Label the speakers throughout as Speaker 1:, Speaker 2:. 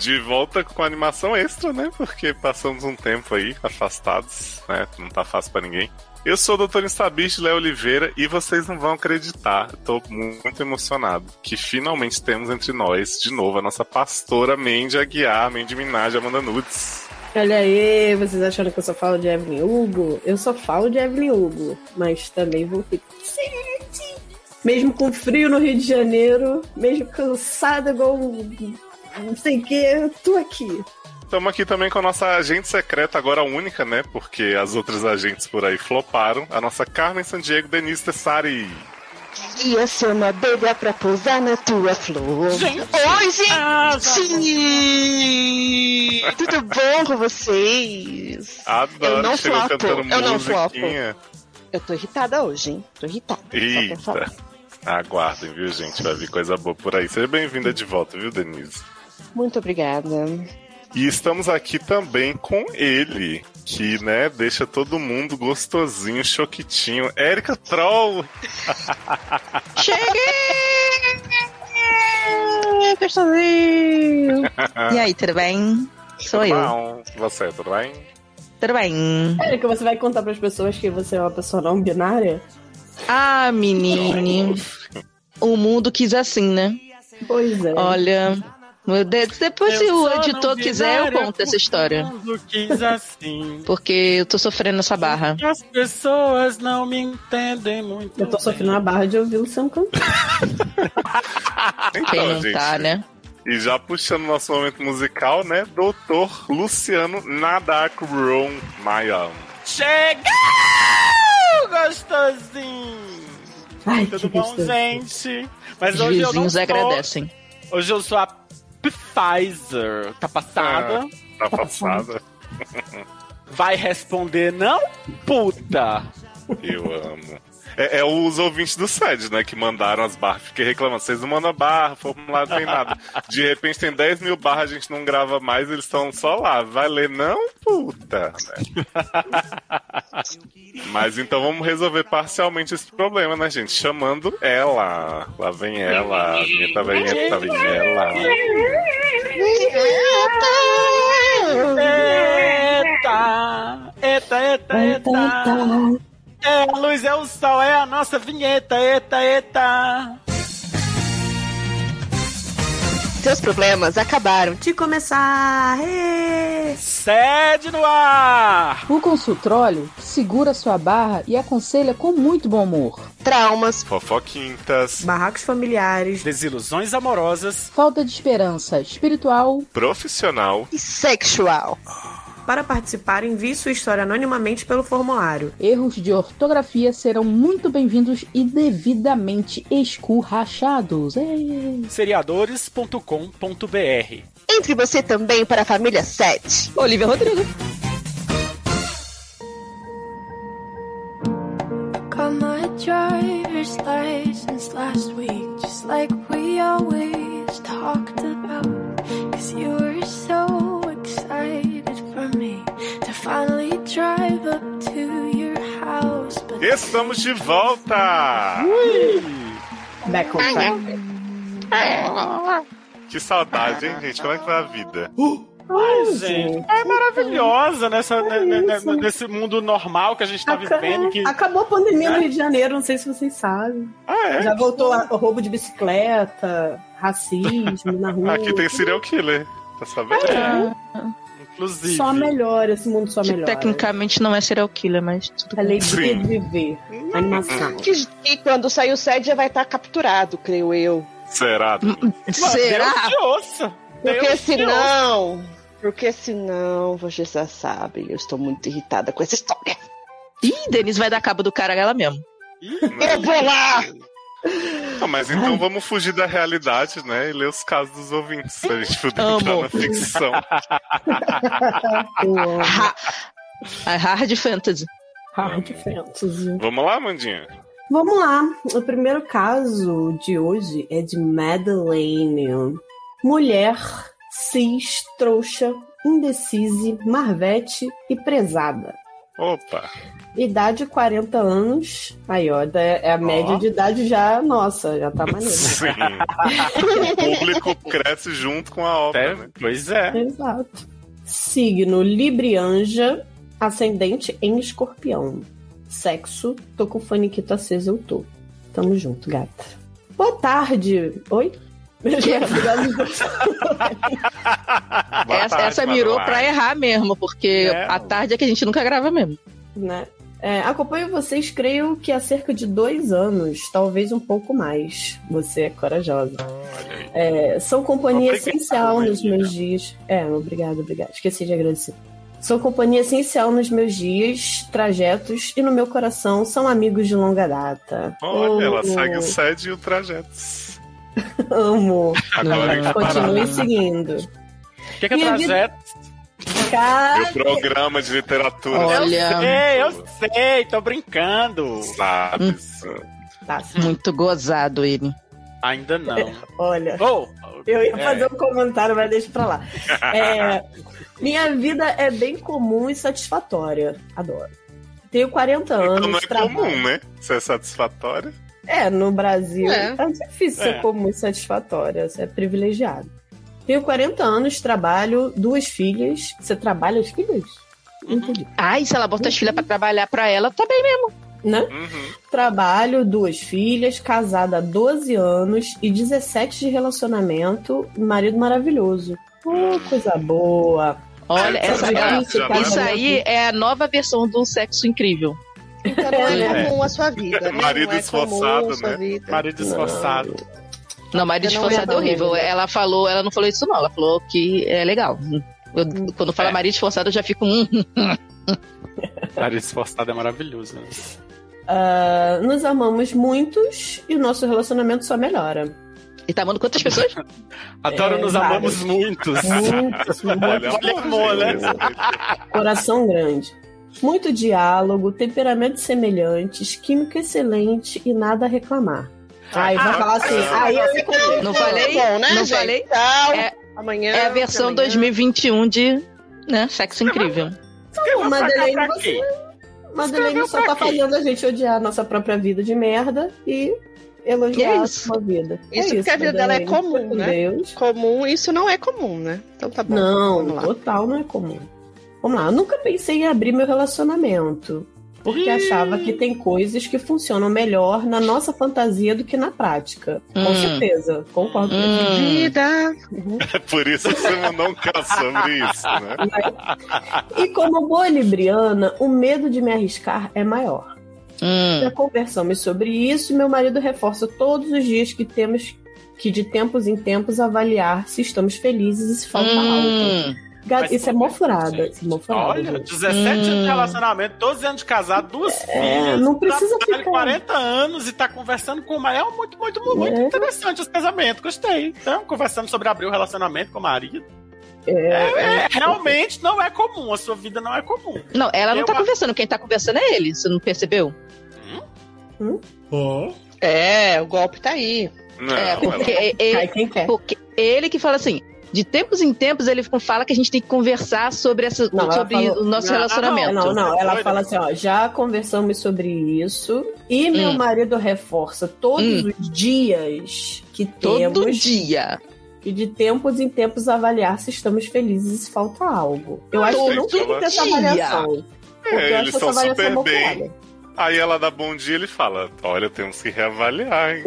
Speaker 1: de volta com animação extra, né? Porque passamos um tempo aí afastados, né? Não tá fácil para ninguém. Eu sou o Dr. Instabist, Léo Oliveira, e vocês não vão acreditar, tô muito emocionado, que finalmente temos entre nós, de novo, a nossa pastora Mandy Aguiar, Mandy Minaj, Amanda Nudes.
Speaker 2: Olha aí, vocês achando que eu só falo de Evelyn Hugo? Eu só falo de Evelyn Hugo, mas também vou ficar mesmo com frio no Rio de Janeiro, mesmo cansada igual um não sei o que, eu tô aqui.
Speaker 1: Estamos aqui também com a nossa agente secreta, agora única, né? Porque as outras agentes por aí floparam. A nossa Carmen San Diego Denise Tessari.
Speaker 3: Queria ser uma abelha pra pousar na tua flor.
Speaker 4: Gente. Oi, gente! Ah, Sim!
Speaker 3: Tudo bom com vocês?
Speaker 1: Adoro,
Speaker 3: eu não
Speaker 1: chegou
Speaker 3: flopo.
Speaker 1: cantando
Speaker 3: Eu não flopo.
Speaker 1: musiquinha.
Speaker 3: Eu tô irritada hoje, hein? Tô irritada. só pra
Speaker 1: Eita.
Speaker 3: falar.
Speaker 1: Aguardem, viu, gente? Vai vir coisa boa por aí. Seja bem-vinda de volta, viu, Denise?
Speaker 3: Muito obrigada.
Speaker 1: E estamos aqui também com ele, que, né, deixa todo mundo gostosinho, choquitinho. Érica Troll!
Speaker 4: Cheguei! Gostosinho! E aí, tudo bem? Sou eu.
Speaker 1: Bom, Você, tudo bem?
Speaker 4: Tudo bem?
Speaker 2: Sério É que você vai contar pras pessoas que você é uma pessoa não binária?
Speaker 4: Ah, menino. O mundo quis assim, né?
Speaker 2: Pois é.
Speaker 4: Olha, meu Deus, depois se o editor quiser, eu conto essa história.
Speaker 5: Quis assim.
Speaker 4: Porque eu tô sofrendo essa barra.
Speaker 5: As pessoas não me entendem muito.
Speaker 2: eu tô sofrendo uma barra de ouvir o Luciano cantar.
Speaker 5: Ah,
Speaker 4: Quem
Speaker 1: Então,
Speaker 4: não
Speaker 1: gente,
Speaker 5: é.
Speaker 4: tá, né?
Speaker 1: E já puxando nosso momento musical, né? Doutor Luciano Nadakron Maia.
Speaker 5: Chegou, gostosinho!
Speaker 2: Ai, que
Speaker 5: Tudo bom,
Speaker 2: gostoso.
Speaker 5: gente? Mas
Speaker 4: Os
Speaker 5: hoje eu não
Speaker 4: vizinhos
Speaker 5: sou...
Speaker 4: agradecem.
Speaker 5: Hoje eu sou a Pfizer. Tá passada?
Speaker 4: Ah.
Speaker 1: Tá passada.
Speaker 5: Vai responder não, puta!
Speaker 1: Eu amo. É, é os ouvintes do SED, né? Que mandaram as barras. Fiquei reclamando. Vocês não mandam barra, formulário não tem nada. De repente tem 10 mil barras, a gente não grava mais, eles estão só lá. Vai ler, não, puta. né? Mas então vamos resolver parcialmente esse problema, né, gente? Chamando ela. Lá vem ela. Minha tá vem, tá vem ela.
Speaker 5: Eita! Eita, eita, eita! É a luz, é o sol, é a nossa vinheta, eita, eita!
Speaker 3: Seus problemas acabaram.
Speaker 2: De começar! ê!
Speaker 5: Sede no ar!
Speaker 6: O consultório segura sua barra e aconselha com muito bom humor.
Speaker 3: Traumas,
Speaker 1: Fofoquintas.
Speaker 2: Barracos familiares.
Speaker 5: Desilusões amorosas.
Speaker 6: Falta de esperança espiritual,
Speaker 1: Profissional.
Speaker 3: e sexual.
Speaker 2: Para participar, envie sua história anonimamente pelo formulário.
Speaker 6: erros de ortografia serão muito bem-vindos e devidamente escurrachados. É. Ei.
Speaker 5: seriadores.com.br
Speaker 3: Entre você também para a família 7.
Speaker 4: Olivia Rodrigo.
Speaker 7: Got my driver's license last week, just like we always talked about. Cause you were so excited for me to finally drive up to your house. But
Speaker 1: Estamos de volta!
Speaker 2: Back on track.
Speaker 1: Que saudade, hein, gente? Como é que vai a vida?
Speaker 5: Ai, gente, é maravilhosa nessa, ne- ne-
Speaker 2: isso.
Speaker 5: nesse mundo normal que a gente tá
Speaker 2: Aca-
Speaker 5: vivendo. Que...
Speaker 2: Acabou a pandemia no Rio de Janeiro, não sei se vocês sabem.
Speaker 1: Ah, é?
Speaker 2: Já voltou a- o roubo de bicicleta, racismo
Speaker 5: Ah,
Speaker 2: na rua.
Speaker 1: Aqui tem serial killer. Tá sabendo?
Speaker 5: Inclusive.
Speaker 2: Só melhora, esse mundo só
Speaker 4: Que
Speaker 2: melhora.
Speaker 4: Tipo, tecnicamente não é serial killer, mas tudo bem.
Speaker 2: Alegria
Speaker 1: Sim.
Speaker 2: de viver. Animação.
Speaker 3: E quando sair o 7 já vai estar capturado, creio eu.
Speaker 1: Será?
Speaker 5: Mano, Deus
Speaker 4: Será?
Speaker 5: te ouça!
Speaker 3: Porque
Speaker 5: Deus te ouça.
Speaker 3: senão. Porque senão, vocês já sabem, eu estou muito irritada com essa história.
Speaker 4: Ih, Denise vai dar cabo do cara ela mesmo.
Speaker 3: Eu vou lá!
Speaker 1: Não, mas então vamos fugir da realidade, né? E ler os casos dos ouvintes. Pra gente poder
Speaker 4: Amo.
Speaker 1: entrar na ficção.
Speaker 2: Eu amo.
Speaker 3: Ah,
Speaker 4: Ha- A hard fantasy.
Speaker 2: Hard fantasy.
Speaker 1: Vamos lá, Mandinha?
Speaker 2: Vamos lá. O primeiro caso de hoje é de Madeleine. Mulher cis, trouxa, indecise, marvete e prezada.
Speaker 1: Opa!
Speaker 2: Idade 40 anos. Aí, ó, da- é a média de idade já nossa, já tá maneiro.
Speaker 1: Sim. o público cresce junto com a obra, né?
Speaker 5: Pois é.
Speaker 2: Exato. Signo Librianja, ascendente em escorpião. Sexo, tô com o faniquito aceso, eu tô. Tamo junto, gata. Boa tarde. Oi?
Speaker 1: Boa
Speaker 4: essa
Speaker 1: tarde,
Speaker 4: essa mirou
Speaker 1: Manuela.
Speaker 4: pra errar mesmo, porque
Speaker 5: É.
Speaker 4: a tarde é que a gente nunca grava mesmo.
Speaker 2: né? É, acompanho vocês, creio que há cerca de dois anos, talvez um pouco mais. Você é corajosa.
Speaker 1: Olha aí.
Speaker 2: É, são companhia
Speaker 1: Obrigado,
Speaker 2: essencial nos
Speaker 1: Maria.
Speaker 2: meus dias. É, obrigado, obrigado. Esqueci de agradecer. São companhia essencial nos meus dias, trajetos e no meu coração são amigos de longa data.
Speaker 1: Olha, ela
Speaker 2: Oh,
Speaker 1: segue o SED e o trajetos.
Speaker 2: Amo.
Speaker 1: Agora
Speaker 4: Não,
Speaker 1: que tá parado.
Speaker 2: Continue seguindo.
Speaker 5: O que, que é
Speaker 2: Minha
Speaker 5: trajeto?
Speaker 1: E o
Speaker 2: Cara,
Speaker 1: programa de literatura.
Speaker 4: Olha,
Speaker 5: Ei, eu sei, tô brincando.
Speaker 1: Sabe?
Speaker 2: tá,
Speaker 4: muito gozado ele.
Speaker 5: Ainda não.
Speaker 2: olha.
Speaker 5: Oh,
Speaker 2: Eu ia
Speaker 5: é.
Speaker 2: fazer um comentário, mas deixa pra lá.
Speaker 1: Ah,
Speaker 2: É, minha vida é bem comum e satisfatória. Adoro. Tenho 40 anos.
Speaker 1: Então não é
Speaker 2: trabalho.
Speaker 1: comum, né? Isso é satisfatório.
Speaker 2: É, no Brasil
Speaker 4: É.
Speaker 2: é, difícil
Speaker 5: É.
Speaker 2: ser comum e satisfatória. Você é privilegiado. Tenho 40 anos, trabalho, duas filhas. Você trabalha as filhas? Não Entendi.
Speaker 4: Ai, se ela bota as filhas pra trabalhar pra ela, tá bem mesmo.
Speaker 2: Né?
Speaker 1: Uhum.
Speaker 2: Trabalho, duas filhas, casada há 12 anos e 17 de relacionamento, marido maravilhoso. Oh, coisa boa.
Speaker 4: Olha,
Speaker 2: Tá
Speaker 4: essa,
Speaker 1: Já-
Speaker 4: ela-
Speaker 1: já dá-
Speaker 4: isso aí é a nova versão do sexo incrível.
Speaker 3: Então não é,
Speaker 5: É.
Speaker 3: comum a sua vida, né?
Speaker 1: Marido
Speaker 3: não é
Speaker 1: esforçado,
Speaker 3: comum a sua
Speaker 1: né?
Speaker 3: vida.
Speaker 5: marido esforçado.
Speaker 4: Não, marido
Speaker 3: Não é
Speaker 4: esforçado é
Speaker 3: não,
Speaker 4: horrível.
Speaker 3: né?
Speaker 4: Ela falou, ela não falou isso não, ela falou que é legal. Eu- quando fala
Speaker 5: É.
Speaker 4: marido esforçado, eu já fico um.
Speaker 5: Marido esforçado é maravilhoso. né?
Speaker 2: Ah, nos amamos muitos e o nosso relacionamento só melhora.
Speaker 4: E tá amando quantas pessoas?
Speaker 5: Adoro,
Speaker 2: É,
Speaker 5: nos
Speaker 2: vários.
Speaker 5: amamos muitos.
Speaker 2: Muitos, muito
Speaker 1: Olha,
Speaker 5: Olha que boa, né?
Speaker 2: coração grande. Muito diálogo, temperamentos semelhantes, química excelente e nada a reclamar. Aí vai
Speaker 5: Ah,
Speaker 2: falar assim,
Speaker 1: ah,
Speaker 2: aí eu recomendo.
Speaker 4: Não falei?
Speaker 3: Bom, né,
Speaker 4: não
Speaker 3: gente?
Speaker 4: falei?
Speaker 3: Tchau.
Speaker 4: É-
Speaker 3: amanhã.
Speaker 4: É a versão
Speaker 3: amanhã.
Speaker 4: 2021 de né, sexo incrível.
Speaker 5: Escreveu pra
Speaker 2: Madeleine,
Speaker 5: cá, pra
Speaker 2: você-
Speaker 5: quê?
Speaker 2: Madeleine só tá fazendo a gente odiar a nossa própria vida de merda e elogiar
Speaker 4: É
Speaker 2: a
Speaker 4: isso.
Speaker 2: sua vida.
Speaker 3: Isso porque a vida dela é
Speaker 2: Madeleine.
Speaker 3: comum,
Speaker 2: Com
Speaker 3: né?
Speaker 2: Deus.
Speaker 3: Comum, isso não é comum, né? Então tá bom.
Speaker 2: Não,
Speaker 3: vamos lá.
Speaker 2: total não é comum. Vamos lá, eu nunca pensei em abrir meu relacionamento. Porque achava que tem coisas que funcionam melhor na nossa fantasia do que na prática. Com
Speaker 4: Hum.
Speaker 2: certeza, concordo. com você. Uhum.
Speaker 4: Hum.
Speaker 3: Vida.
Speaker 1: É por isso que você mandou um caso sobre isso, né?
Speaker 2: E como boa libriana, o medo de me arriscar é maior.
Speaker 4: Hum.
Speaker 2: Já conversamos sobre isso e meu marido reforça todos os dias que temos que de tempos em tempos avaliar se estamos felizes e se falta algo.
Speaker 4: Hum.
Speaker 2: Gato,
Speaker 5: Mas
Speaker 2: Isso é
Speaker 5: como
Speaker 2: mó
Speaker 5: assim,
Speaker 2: furada.
Speaker 5: gente?
Speaker 2: Isso é mó furada.
Speaker 5: Olha,
Speaker 2: gente. Hum. É,
Speaker 5: 17 anos de relacionamento, 12 anos de casado, duas filhas.
Speaker 2: não precisa
Speaker 5: trabalho,
Speaker 2: ficar-
Speaker 5: 40 anos e tá conversando com o Mael. Muito, muito, muito, muito
Speaker 2: É.
Speaker 5: interessante esse casamento. Gostei. Então, conversando sobre abrir o relacionamento com o marido. É, realmente não é comum. A sua vida não é comum.
Speaker 4: Não, ela não
Speaker 5: Eu
Speaker 4: tá
Speaker 5: a-
Speaker 4: conversando. Quem tá conversando é ele. Você não percebeu?
Speaker 3: É, o golpe tá aí.
Speaker 1: Não,
Speaker 4: é, porque
Speaker 1: ela-
Speaker 4: e- ele,
Speaker 2: Cai quem quer.
Speaker 4: porque ele que fala assim. De tempos em tempos ele fala que a gente tem que conversar sobre, essa,
Speaker 2: Não, ela
Speaker 4: sobre
Speaker 2: falou-
Speaker 4: o nosso
Speaker 5: Não,
Speaker 4: relacionamento.
Speaker 2: Não, não,
Speaker 5: Você
Speaker 2: ela
Speaker 5: foi,
Speaker 2: fala
Speaker 5: né?
Speaker 2: assim, ó, já conversamos sobre isso e meu
Speaker 4: Hum.
Speaker 2: marido reforça todos os dias que
Speaker 4: Todo
Speaker 2: temos
Speaker 4: dia.
Speaker 2: e de tempos em tempos avaliar se estamos felizes e se falta algo. Eu acho que não tem que ter essa
Speaker 4: Dia.
Speaker 2: avaliação. Porque
Speaker 1: É,
Speaker 2: eu
Speaker 1: eles
Speaker 2: acho essa
Speaker 1: estão
Speaker 2: avaliação
Speaker 1: super
Speaker 2: mó
Speaker 1: bem.
Speaker 2: furada.
Speaker 1: Aí ela dá bom dia e ele fala: Olha, temos que reavaliar, hein?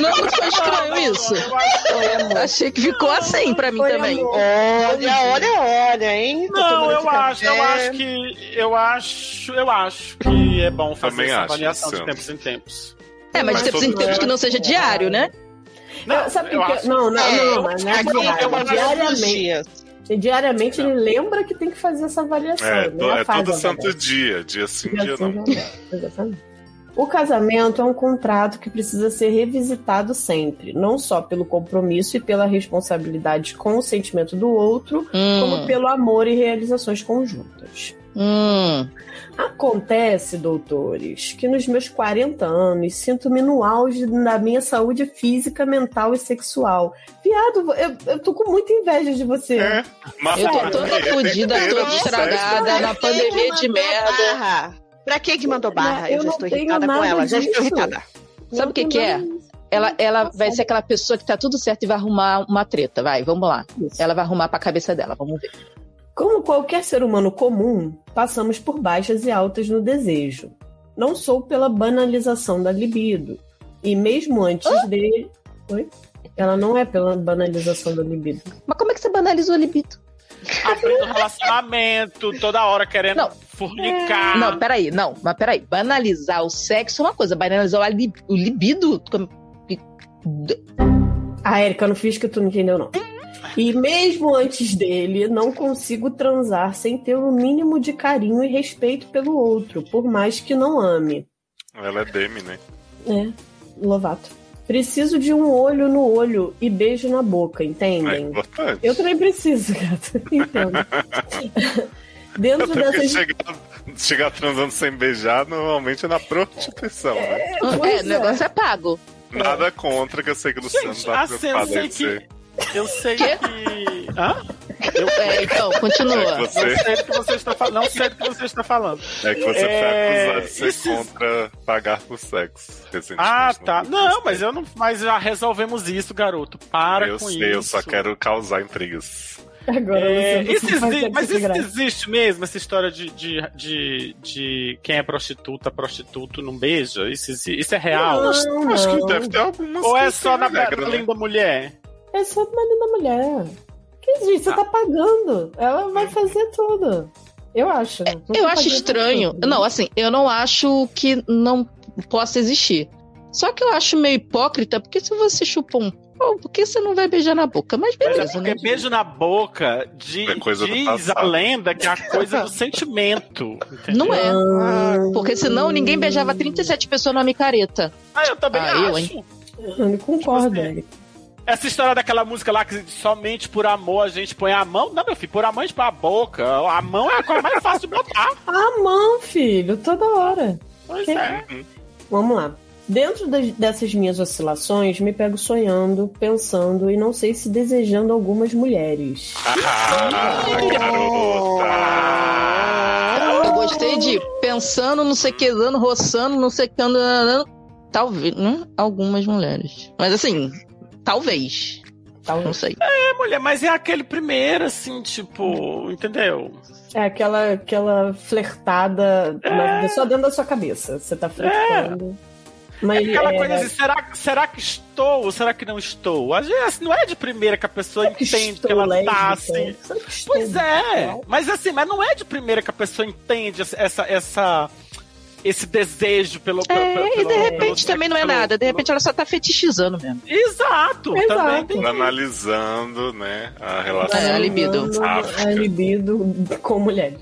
Speaker 4: Não, não foi
Speaker 5: é
Speaker 4: estranho isso.
Speaker 5: Eu acho-
Speaker 4: Achei que ficou assim pra mim
Speaker 2: Foi,
Speaker 4: também.
Speaker 2: amor.
Speaker 3: Olha, olha, olha, hein? Tá
Speaker 5: Não,
Speaker 3: tomando
Speaker 5: eu
Speaker 3: esse
Speaker 5: acho, eu
Speaker 3: café.
Speaker 5: acho que. Eu acho, eu acho que é bom fazer
Speaker 1: Também
Speaker 5: essa
Speaker 1: acho,
Speaker 5: avaliação de
Speaker 1: Luciano.
Speaker 5: tempos em tempos.
Speaker 4: É, mas
Speaker 1: Mas
Speaker 4: de tempos em
Speaker 1: todo
Speaker 4: tempos
Speaker 1: dia.
Speaker 4: que não seja diário, né?
Speaker 2: Não, sabe
Speaker 5: eu
Speaker 2: por quê?
Speaker 5: acho-
Speaker 2: Não, não,
Speaker 3: É,
Speaker 2: não, mas não é
Speaker 3: Aqui
Speaker 2: diário.
Speaker 3: eu moro todos os
Speaker 2: diariamente.
Speaker 3: dias.
Speaker 4: É.
Speaker 2: Diariamente ele lembra que tem que fazer essa avaliação.
Speaker 1: É,
Speaker 2: né?
Speaker 1: to-
Speaker 2: Ela
Speaker 1: é
Speaker 2: faz
Speaker 1: todo
Speaker 2: a avaliação.
Speaker 1: santo dia, dia sim,
Speaker 2: Dia
Speaker 1: dia
Speaker 2: sim,
Speaker 1: não.
Speaker 2: dia não. Exatamente. O casamento é um contrato que precisa ser revisitado sempre, não só pelo compromisso e pela responsabilidade com o sentimento do outro,
Speaker 4: Hum.
Speaker 2: como pelo amor e realizações conjuntas.
Speaker 4: Hum.
Speaker 2: Acontece, doutores, que nos meus 40 anos sinto-me no auge da minha saúde física, mental e sexual. Viado, eu, eu tô com muita inveja de você.
Speaker 1: É, mas
Speaker 4: Eu tô
Speaker 1: mas-
Speaker 4: toda fodida,
Speaker 1: Inteira,
Speaker 4: toda
Speaker 1: não
Speaker 4: estragada, na pandemia de merda.
Speaker 3: Barra. Pra que que mandou barra?
Speaker 2: Eu
Speaker 3: Eu, já
Speaker 2: não
Speaker 3: estou
Speaker 2: tenho
Speaker 3: irritada com
Speaker 2: nada
Speaker 3: ela, já estou
Speaker 2: disso.
Speaker 3: irritada.
Speaker 4: Sabe o que que é? Ela, ela vai ser aquela pessoa que tá tudo certo e vai arrumar uma treta. Vai, vamos lá.
Speaker 2: Isso.
Speaker 4: Ela vai arrumar pra cabeça dela, vamos ver.
Speaker 2: Como qualquer ser humano comum, passamos por baixas e altas no desejo. Não sou pela banalização da libido. E mesmo antes dele. Oi? Ela não é pela banalização da libido.
Speaker 4: Mas como é que você banalizou a libido?
Speaker 5: À frente do relacionamento, toda hora querendo
Speaker 4: Não.
Speaker 5: fornicar.
Speaker 4: Não, peraí, não, mas peraí. Banalizar o sexo é uma coisa, banalizar o, ali- o libido. como-
Speaker 2: Ah, Érica, não fiz que tu não entendeu, não. E mesmo antes dele, não consigo transar sem ter o mínimo de carinho e respeito pelo outro, por mais que não ame.
Speaker 1: Ela é Demi, né?
Speaker 2: É, Lovato. Preciso de um olho no olho e beijo na boca,
Speaker 1: É
Speaker 2: entendem?
Speaker 1: importante.
Speaker 2: Eu também preciso, gata. Entendo.
Speaker 1: Até
Speaker 2: Dentro
Speaker 1: porque
Speaker 2: dessas.
Speaker 1: chegar, chegar transando sem beijar normalmente é na prostituição, né?
Speaker 4: é,
Speaker 2: Pois
Speaker 4: o negócio é pago.
Speaker 1: Nada contra que eu sei que o Luciano
Speaker 5: Gente,
Speaker 1: tá
Speaker 5: assim, eu
Speaker 1: preocupado
Speaker 5: sei
Speaker 1: em ser.
Speaker 5: que. Eu sei
Speaker 4: Quê?
Speaker 5: que. Hã?
Speaker 4: É, então,
Speaker 1: É que
Speaker 4: continua.
Speaker 5: Não
Speaker 1: você,
Speaker 5: sei do que você está falando. Não sei do que você está falando.
Speaker 1: é que você
Speaker 5: É,
Speaker 1: foi acusado de ser
Speaker 5: isso-
Speaker 1: contra pagar por sexo. recentemente
Speaker 5: Ah,
Speaker 1: no
Speaker 5: tá.
Speaker 1: grupo.
Speaker 5: Não, mas eu não. Mas já resolvemos isso, garoto. Para
Speaker 1: eu
Speaker 5: com
Speaker 1: sei,
Speaker 5: isso.
Speaker 1: eu só quero causar intrigas.
Speaker 2: Agora
Speaker 5: É,
Speaker 2: você
Speaker 5: isso
Speaker 2: não faz
Speaker 5: exi-
Speaker 2: sexo
Speaker 5: mas
Speaker 2: de
Speaker 5: isso
Speaker 2: graça.
Speaker 5: existe mesmo, essa história de, de, de, de quem é prostituta, prostituto não beija? Isso, exi- isso é real?
Speaker 2: Não,
Speaker 1: Acho
Speaker 2: não.
Speaker 1: que deve ter algumas
Speaker 5: Ou é
Speaker 1: que
Speaker 5: só
Speaker 1: tem
Speaker 5: na,
Speaker 1: regra,
Speaker 5: na
Speaker 1: né?
Speaker 5: língua mulher?
Speaker 2: É só do marido da mulher. Que existe? Você tá pagando. Ela vai fazer tudo. Eu acho. tá
Speaker 4: Eu acho estranho. Não, assim, eu não acho que não possa existir. Só que eu acho meio hipócrita, porque se você chupa um pau, por que você não vai beijar na boca? Mas
Speaker 5: Mas é
Speaker 4: beleza,
Speaker 5: porque
Speaker 4: né?
Speaker 5: beijo na boca de,
Speaker 1: É coisa do
Speaker 5: diz
Speaker 1: passado.
Speaker 5: a lenda que é a coisa do sentimento. entendeu?
Speaker 4: Não é.
Speaker 2: Ah,
Speaker 4: Porque senão ninguém beijava 37 pessoas na micareta.
Speaker 5: Ah, eu também
Speaker 4: Ah,
Speaker 5: acho.
Speaker 4: eu, hein?
Speaker 2: eu não concordo,
Speaker 5: Você-
Speaker 2: Érica.
Speaker 5: Essa história daquela música lá que somente por amor a gente põe a mão. Não, meu filho, por amor a gente põe a boca. A mão é a coisa mais fácil de botar.
Speaker 2: Ah, mão, filho, toda hora.
Speaker 5: Pois
Speaker 2: Que-
Speaker 5: é.
Speaker 2: Vamos lá. Dentro das- dessas minhas oscilações, me pego sonhando, pensando e não sei se desejando algumas mulheres.
Speaker 1: Ah,
Speaker 5: Ah.
Speaker 1: garota!
Speaker 4: Eu gostei de pensando, não sei que, dando, roçando, não sei que, nananã. talvez, né? Algumas mulheres. Mas assim, talvez. Não
Speaker 2: Talvez.
Speaker 4: sei.
Speaker 5: Mulher, mas é aquele primeiro, assim, tipo, entendeu?
Speaker 2: É aquela, aquela flertada
Speaker 5: É.
Speaker 2: mas só dentro da sua cabeça. Você tá flertando. Mas
Speaker 5: Aquela
Speaker 2: é,
Speaker 5: coisa assim, será, será que estou ou será que não estou? Às vezes não é de primeira que a pessoa
Speaker 2: será que
Speaker 5: entende
Speaker 2: estou
Speaker 5: que ela
Speaker 2: lésbica?
Speaker 5: tá assim.
Speaker 2: Será que estou
Speaker 5: Pois é,
Speaker 2: bissexual?
Speaker 5: mas assim, mas não é de primeira que a pessoa entende essa, essa, essa- esse desejo pelo.
Speaker 4: É, e de repente também não é nada. De repente
Speaker 5: ela...
Speaker 4: ela só tá fetichizando mesmo.
Speaker 5: Exato,
Speaker 2: Exato.
Speaker 5: também tem.
Speaker 1: é Analisando, né, a relação.
Speaker 4: É, a libido.
Speaker 5: Ah,
Speaker 2: A libido com mulheres.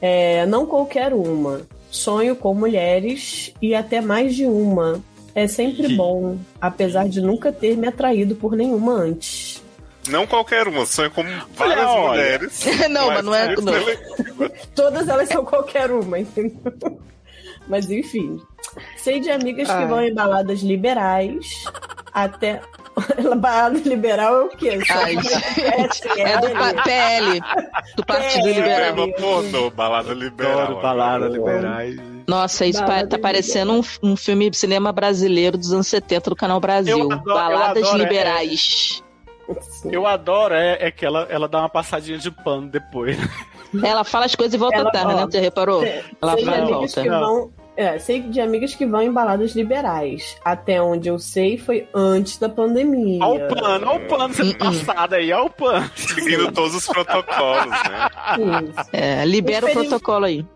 Speaker 2: É, não qualquer uma. Sonho com mulheres e até mais de uma. É sempre bom, apesar de nunca ter me atraído por nenhuma antes.
Speaker 1: Não qualquer uma, sonho como várias
Speaker 5: olha.
Speaker 1: mulheres.
Speaker 4: não, mas não é.
Speaker 1: sempre
Speaker 4: Não.
Speaker 1: ele-
Speaker 2: Todas elas são qualquer uma, entendeu? Mas enfim. Sei de amigas que
Speaker 3: Ai.
Speaker 2: vão em baladas liberais até. Balada liberal é o quê? Só
Speaker 4: Ai,
Speaker 2: é,
Speaker 4: É do pa- PL, do Partido
Speaker 2: É.
Speaker 4: Liberal.
Speaker 1: Cinema pornô, balada liberal. né?
Speaker 4: Nossa, isso pa-
Speaker 2: Balada
Speaker 4: tá parecendo um, f- um filme de cinema brasileiro dos anos 70 do Canal Brasil.
Speaker 5: Eu adoro- eu
Speaker 4: Baladas
Speaker 5: adoro, é.
Speaker 4: Liberais.
Speaker 5: Eu adoro, é, é que ela, ela dá uma passadinha de pano depois.
Speaker 4: Ela fala as coisas e volta
Speaker 2: Ela
Speaker 4: tarde,
Speaker 2: fala.
Speaker 4: né? Você reparou? Ela
Speaker 2: sei de
Speaker 4: fala e
Speaker 2: amigas
Speaker 4: volta.
Speaker 2: que
Speaker 5: Não.
Speaker 2: vão. é, sei de amigas que vão em baladas liberais. Até onde eu sei foi antes da pandemia.
Speaker 5: Olha o pano,
Speaker 2: é.
Speaker 5: olha o pano
Speaker 2: Uhum.
Speaker 5: sendo
Speaker 4: Hum, hum.
Speaker 5: passado aí, olha o pano.
Speaker 1: Seguindo todos os protocolos, né?
Speaker 2: Isso.
Speaker 4: É, libera o
Speaker 2: Infeliz-
Speaker 4: protocolo aí.